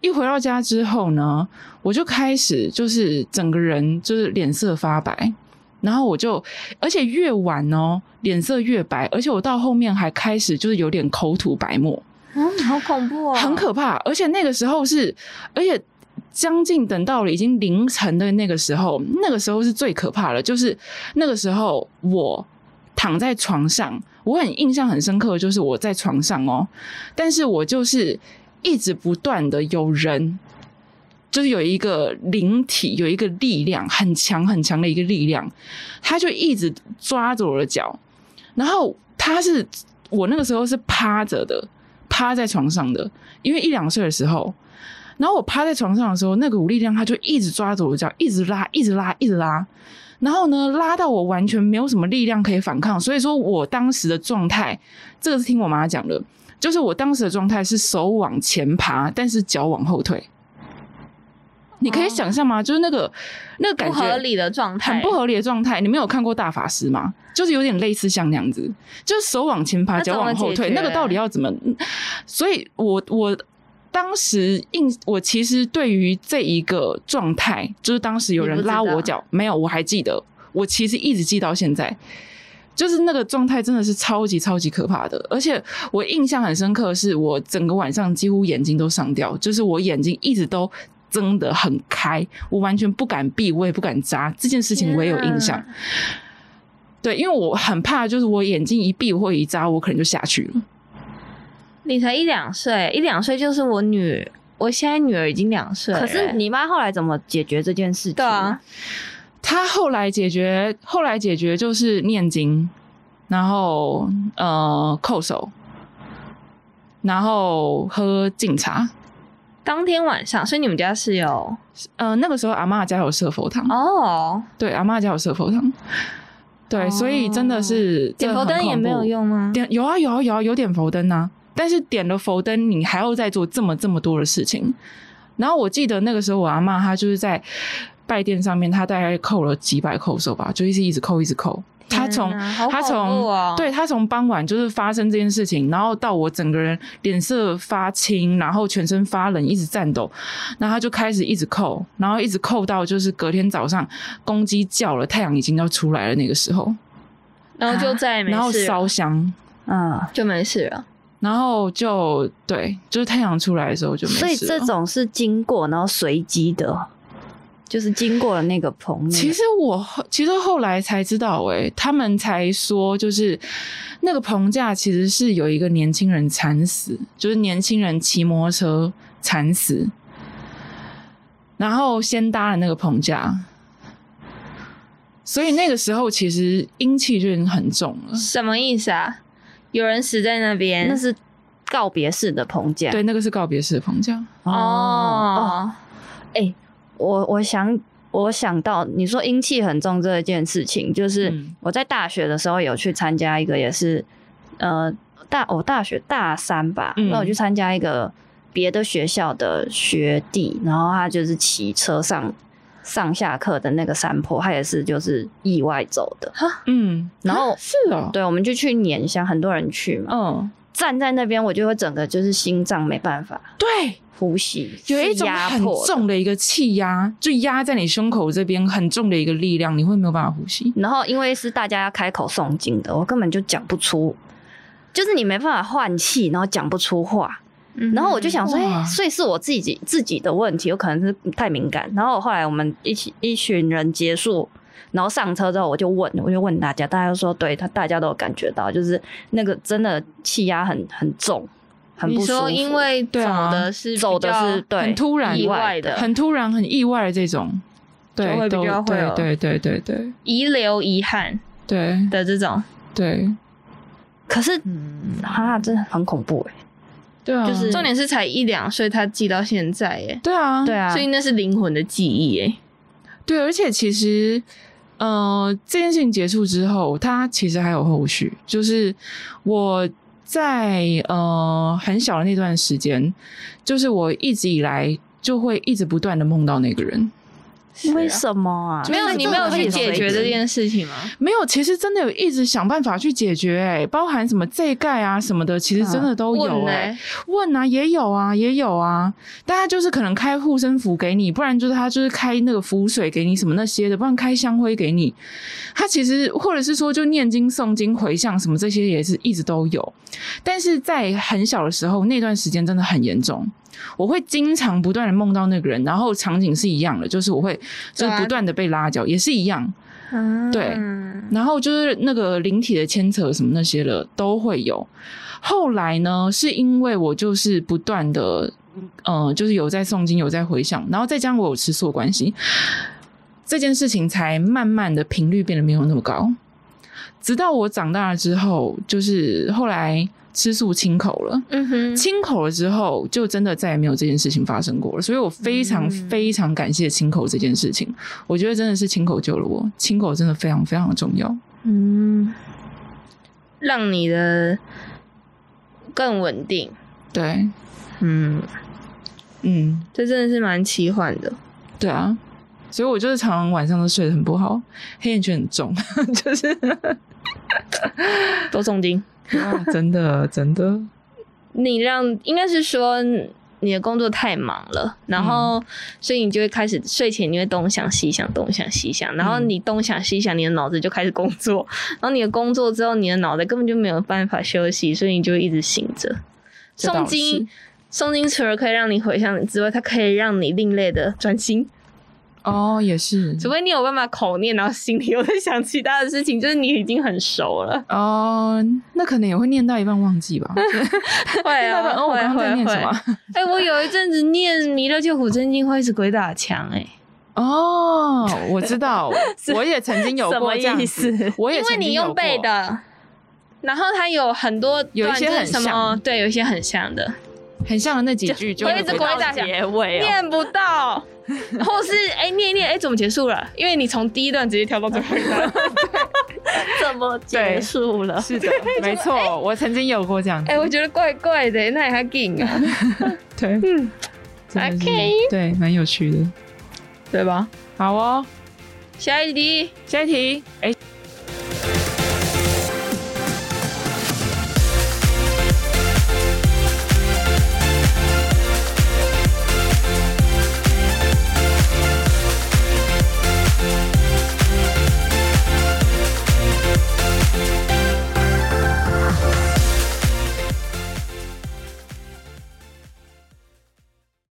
Speaker 1: 一回到家之后呢，我就开始就是整个人就是脸色发白，然后我就，而且越晚哦，脸色越白，而且我到后面还开始就是有点口吐白沫，
Speaker 3: 嗯，好恐怖哦，
Speaker 1: 很可怕。而且那个时候是，而且将近等到了已经凌晨的那个时候，那个时候是最可怕的，就是那个时候我躺在床上，我很印象很深刻，就是我在床上哦，但是我就是一直不断的有人。就是有一个灵体，有一个力量很强很强的一个力量，他就一直抓着我的脚，然后他是我那个时候是趴着的，趴在床上的，因为一两岁的时候，然后我趴在床上的时候，那股力量他就一直抓着我的脚，一直拉，一直拉，一直拉，然后呢，拉到我完全没有什么力量可以反抗，所以说我当时的状态，这个是听我妈讲的，就是我当时的状态是手往前爬，但是脚往后退。你可以
Speaker 3: 哦
Speaker 1: 想象吗？就是那个那个感
Speaker 3: 不
Speaker 1: 觉
Speaker 3: 合理的状态，
Speaker 1: 很不合理的状态。你们有看过大法师吗？就是有点类似像那样子，就是手往前爬，
Speaker 3: 那怎
Speaker 1: 脚
Speaker 3: 么
Speaker 1: 往后退，
Speaker 3: 解决
Speaker 1: 那个到底要怎么？嗯所以我我当时印，我其实对于这一个状态，就是当时有人拉
Speaker 3: 你不
Speaker 1: 我
Speaker 3: 知道
Speaker 1: 脚，没有，我还记得，我其实一直记到现在。就是那个状态真的是超级超级可怕的，而且我印象很深刻，是我整个晚上几乎眼睛都上吊，就是我眼睛一直都睁得很开，我完全不敢闭，我也不敢眨，这件事情我也有印象
Speaker 3: 天。
Speaker 1: 对，因为我很怕，就是我眼睛一闭或一眨，我可能就下去了。
Speaker 3: 你才一两岁，一两岁就是我女，我现在女儿已经两岁了，
Speaker 2: 可是你妈后来怎么解决这件事情？
Speaker 3: 对啊，
Speaker 1: 他后来解决，后来解决就是念经，然后呃叩首，然后喝敬茶。
Speaker 3: 当天晚上，所以你们家是有
Speaker 1: 呃，那个时候阿嬷家有设佛堂，
Speaker 3: 哦，
Speaker 1: 对，阿嬷家有设佛堂，对，
Speaker 3: 哦
Speaker 1: 所以真的是
Speaker 3: 点头灯也没有，用吗
Speaker 1: 这很恐怖？点有啊有啊有啊有点佛灯啊，但是点了佛灯，你还要再做这么这么多的事情。然后我记得那个时候我阿嬷她就是在拜殿上面，她大概扣了几百扣手吧，就一直一直扣一直扣。她从
Speaker 3: 天哪好
Speaker 1: 她
Speaker 3: 恐怖
Speaker 1: 从、
Speaker 3: 哦
Speaker 1: 对她从傍晚就是发生这件事情，然后到我整个人脸色发青，然后全身发冷，一直颤抖，然后她就开始一直扣，然后一直扣到就是隔天早上公鸡叫了，太阳已经要出来了那个时候，
Speaker 3: 然后就再也没
Speaker 1: 然后
Speaker 3: 事了，
Speaker 1: 烧香，
Speaker 2: 嗯，
Speaker 3: 就没事了。
Speaker 1: 然后就对，就是太阳出来的时候就没事
Speaker 2: 所
Speaker 1: 了。
Speaker 2: 以这种是经过然后随机的，就是经过了那个棚那个。
Speaker 1: 其实我后其实后来才知道、欸，他们才说就是那个棚架其实是有一个年轻人惨死，就是年轻人骑摩托车惨死，然后先搭了那个棚架，所以那个时候其实阴气就已经很重了。
Speaker 3: 什么意思啊？有人死在那边？
Speaker 2: 那是告别式的棚架。
Speaker 1: 对，那个是告别式的棚架。
Speaker 2: 哦哦，
Speaker 3: 哦，
Speaker 2: 哎、我我想我想到你说阴气很重这件事情，就是
Speaker 1: 嗯
Speaker 2: 我在大学的时候有去参加一个也是呃大我、大学大三吧，
Speaker 1: 嗯
Speaker 2: 那、我去参加一个别的学校的学弟，然后他就是骑车上。上下课的那个山坡，他也是就是意外走的。
Speaker 1: 嗯，
Speaker 2: 然后
Speaker 1: 啊是哦，，
Speaker 2: 对，我们就去碾香，很多人去嘛。
Speaker 1: 嗯，
Speaker 2: 站在那边，我就会整个就是心脏没办法
Speaker 1: 对，
Speaker 2: 呼吸，
Speaker 1: 有一
Speaker 2: 是
Speaker 1: 种
Speaker 2: 压
Speaker 1: 很
Speaker 2: 迫的
Speaker 1: 重的一个气压，就压在你胸口这边，很重的一个力量，你会没有办法呼吸。
Speaker 2: 然后因为是大家要开口诵经的，我根本就讲不出，就是你没办法换气，然后讲不出话。
Speaker 3: 嗯
Speaker 2: 然后我就想说，哎、
Speaker 1: 哇
Speaker 2: 所以是我自己自己的问题，有可能是太敏感。然后后来我们一起一群人结束，然后上车之后，我就问，我就问大家，大家都说对他，大家都有感觉到，就是那个真的气压很很重，很不
Speaker 3: 你
Speaker 2: 舒服。
Speaker 3: 说因为走
Speaker 1: 对啊
Speaker 3: 的是比
Speaker 2: 走的
Speaker 3: 较
Speaker 2: 是对
Speaker 1: 很突然
Speaker 3: 意
Speaker 2: 意
Speaker 3: 外
Speaker 2: 外
Speaker 3: 的，
Speaker 1: 很突然、很意外的这种，
Speaker 3: 就
Speaker 1: 对，
Speaker 3: 会比
Speaker 1: 都
Speaker 3: 较会有
Speaker 1: 对对对对对
Speaker 3: 遗留遗憾
Speaker 1: 对
Speaker 3: 的这种。
Speaker 1: 对，
Speaker 2: 可是
Speaker 1: 嗯，
Speaker 2: 啊，真的很恐怖哎、
Speaker 1: 对啊，
Speaker 2: 就是
Speaker 3: 重点是才一两岁，他记到现在耶，
Speaker 1: 对啊，
Speaker 2: 对啊，
Speaker 3: 所以那是灵魂的记忆耶。
Speaker 1: 对，而且其实，呃，这件事情结束之后，它其实还有后续，就是我在呃很小的那段时间，就是我一直以来就会一直不断的梦到那个人。
Speaker 2: 为什么啊？
Speaker 3: 没有
Speaker 2: 那
Speaker 3: 你
Speaker 2: 这
Speaker 3: 没有
Speaker 2: 个可以
Speaker 3: 去解
Speaker 2: 随
Speaker 3: 决这
Speaker 2: 机
Speaker 3: 件事情吗？
Speaker 1: 没有，其实真的有一直想办法去解决、欸，包含什么这一盖啊什么的，其实真的都有、
Speaker 3: 问
Speaker 1: 欸，
Speaker 3: 嘞，
Speaker 1: 问啊，也有啊，也有啊。大家就是可能开护身符给你，不然就是他就是开那个符水给你什么那些的，不然开香灰给你。他其实或者是说就念经、诵经、回向什么这些也是一直都有。但是在很小的时候，那段时间真的很严重。我会经常不断的梦到那个人，然后场景是一样的，就是我会就是不断的被拉脚，也是一样。
Speaker 3: 啊
Speaker 1: 对然后就是那个灵体的牵扯什么那些的都会有。后来呢，是因为我就是不断的，呃，就是有在诵经，有在回想，然后再加上我有吃素的关系，这件事情才慢慢的频率变得没有那么高。直到我长大了之后，就是后来吃素清口了。
Speaker 3: 嗯哼，
Speaker 1: 清口了之后，就真的再也没有这件事情发生过了。所以我非常
Speaker 3: 嗯
Speaker 1: 非常感谢清口这件事情，我觉得真的是清口救了我。清口真的非常非常的重要。
Speaker 3: 嗯，让你的更稳定。
Speaker 1: 对，
Speaker 3: 嗯，
Speaker 1: 嗯，
Speaker 3: 这真的是蛮奇幻的。
Speaker 1: 对啊，所以我就是常常晚上都睡得很不好，黑眼圈很重，就是
Speaker 3: 多重金，
Speaker 1: 哇啊真的真的，
Speaker 3: 你让应该是说你的工作太忙了，然后、所以你就会开始睡前你会东想西想，东想西想，然后
Speaker 1: 嗯
Speaker 3: 你东想西想，你的脑子就开始工作，然后你的工作之后，你的脑袋根本就没有办法休息，所以你就一直醒着。
Speaker 1: 这倒
Speaker 3: 诵
Speaker 1: 是
Speaker 3: 经，诵经除了可以让你回想之外，它可以让你另类的专心。
Speaker 1: 哦，也是。
Speaker 3: 除非你有办法口念，然后心里又在想其他的事情，就是你已经很熟了
Speaker 1: 哦，那可能也会念到一半忘记 吧，
Speaker 3: 会
Speaker 1: 念 到一半哦，我刚刚在念什么？
Speaker 3: 哎、我有一阵子念《弥勒救苦真经》会是鬼打墙、哎，
Speaker 1: 哦，我知 道，我也曾经有
Speaker 3: 什
Speaker 1: 过
Speaker 3: 么
Speaker 1: 这样
Speaker 3: 意
Speaker 1: 子
Speaker 3: 思，
Speaker 1: 我也
Speaker 3: 因为
Speaker 1: 曾
Speaker 3: 你
Speaker 1: 经有
Speaker 3: 用背
Speaker 1: 过，
Speaker 3: 的，然后它有很多段
Speaker 1: 有一些
Speaker 3: 就是
Speaker 1: 很
Speaker 3: 什么，
Speaker 1: 像
Speaker 3: 对，有一些很像的，
Speaker 1: 很像的那几 句就
Speaker 3: 我
Speaker 1: 会
Speaker 3: 一直
Speaker 1: 回
Speaker 3: 国
Speaker 1: 到
Speaker 3: 国讲
Speaker 2: 结尾哦，
Speaker 3: 念不到，或是哎、念一念哎、怎么结束了？因为你从第一段直接跳到最后一段。
Speaker 2: 怎么结束了？
Speaker 1: 是 的，没错，我曾经有过这样子
Speaker 3: 哎、，我觉得怪怪的，那也还劲啊，
Speaker 1: 对，
Speaker 3: 嗯，
Speaker 1: 真的是
Speaker 3: OK
Speaker 1: 对，蛮有趣的。
Speaker 3: 对吧？
Speaker 1: 好哦，
Speaker 3: 下一题，
Speaker 1: 下一题，哎，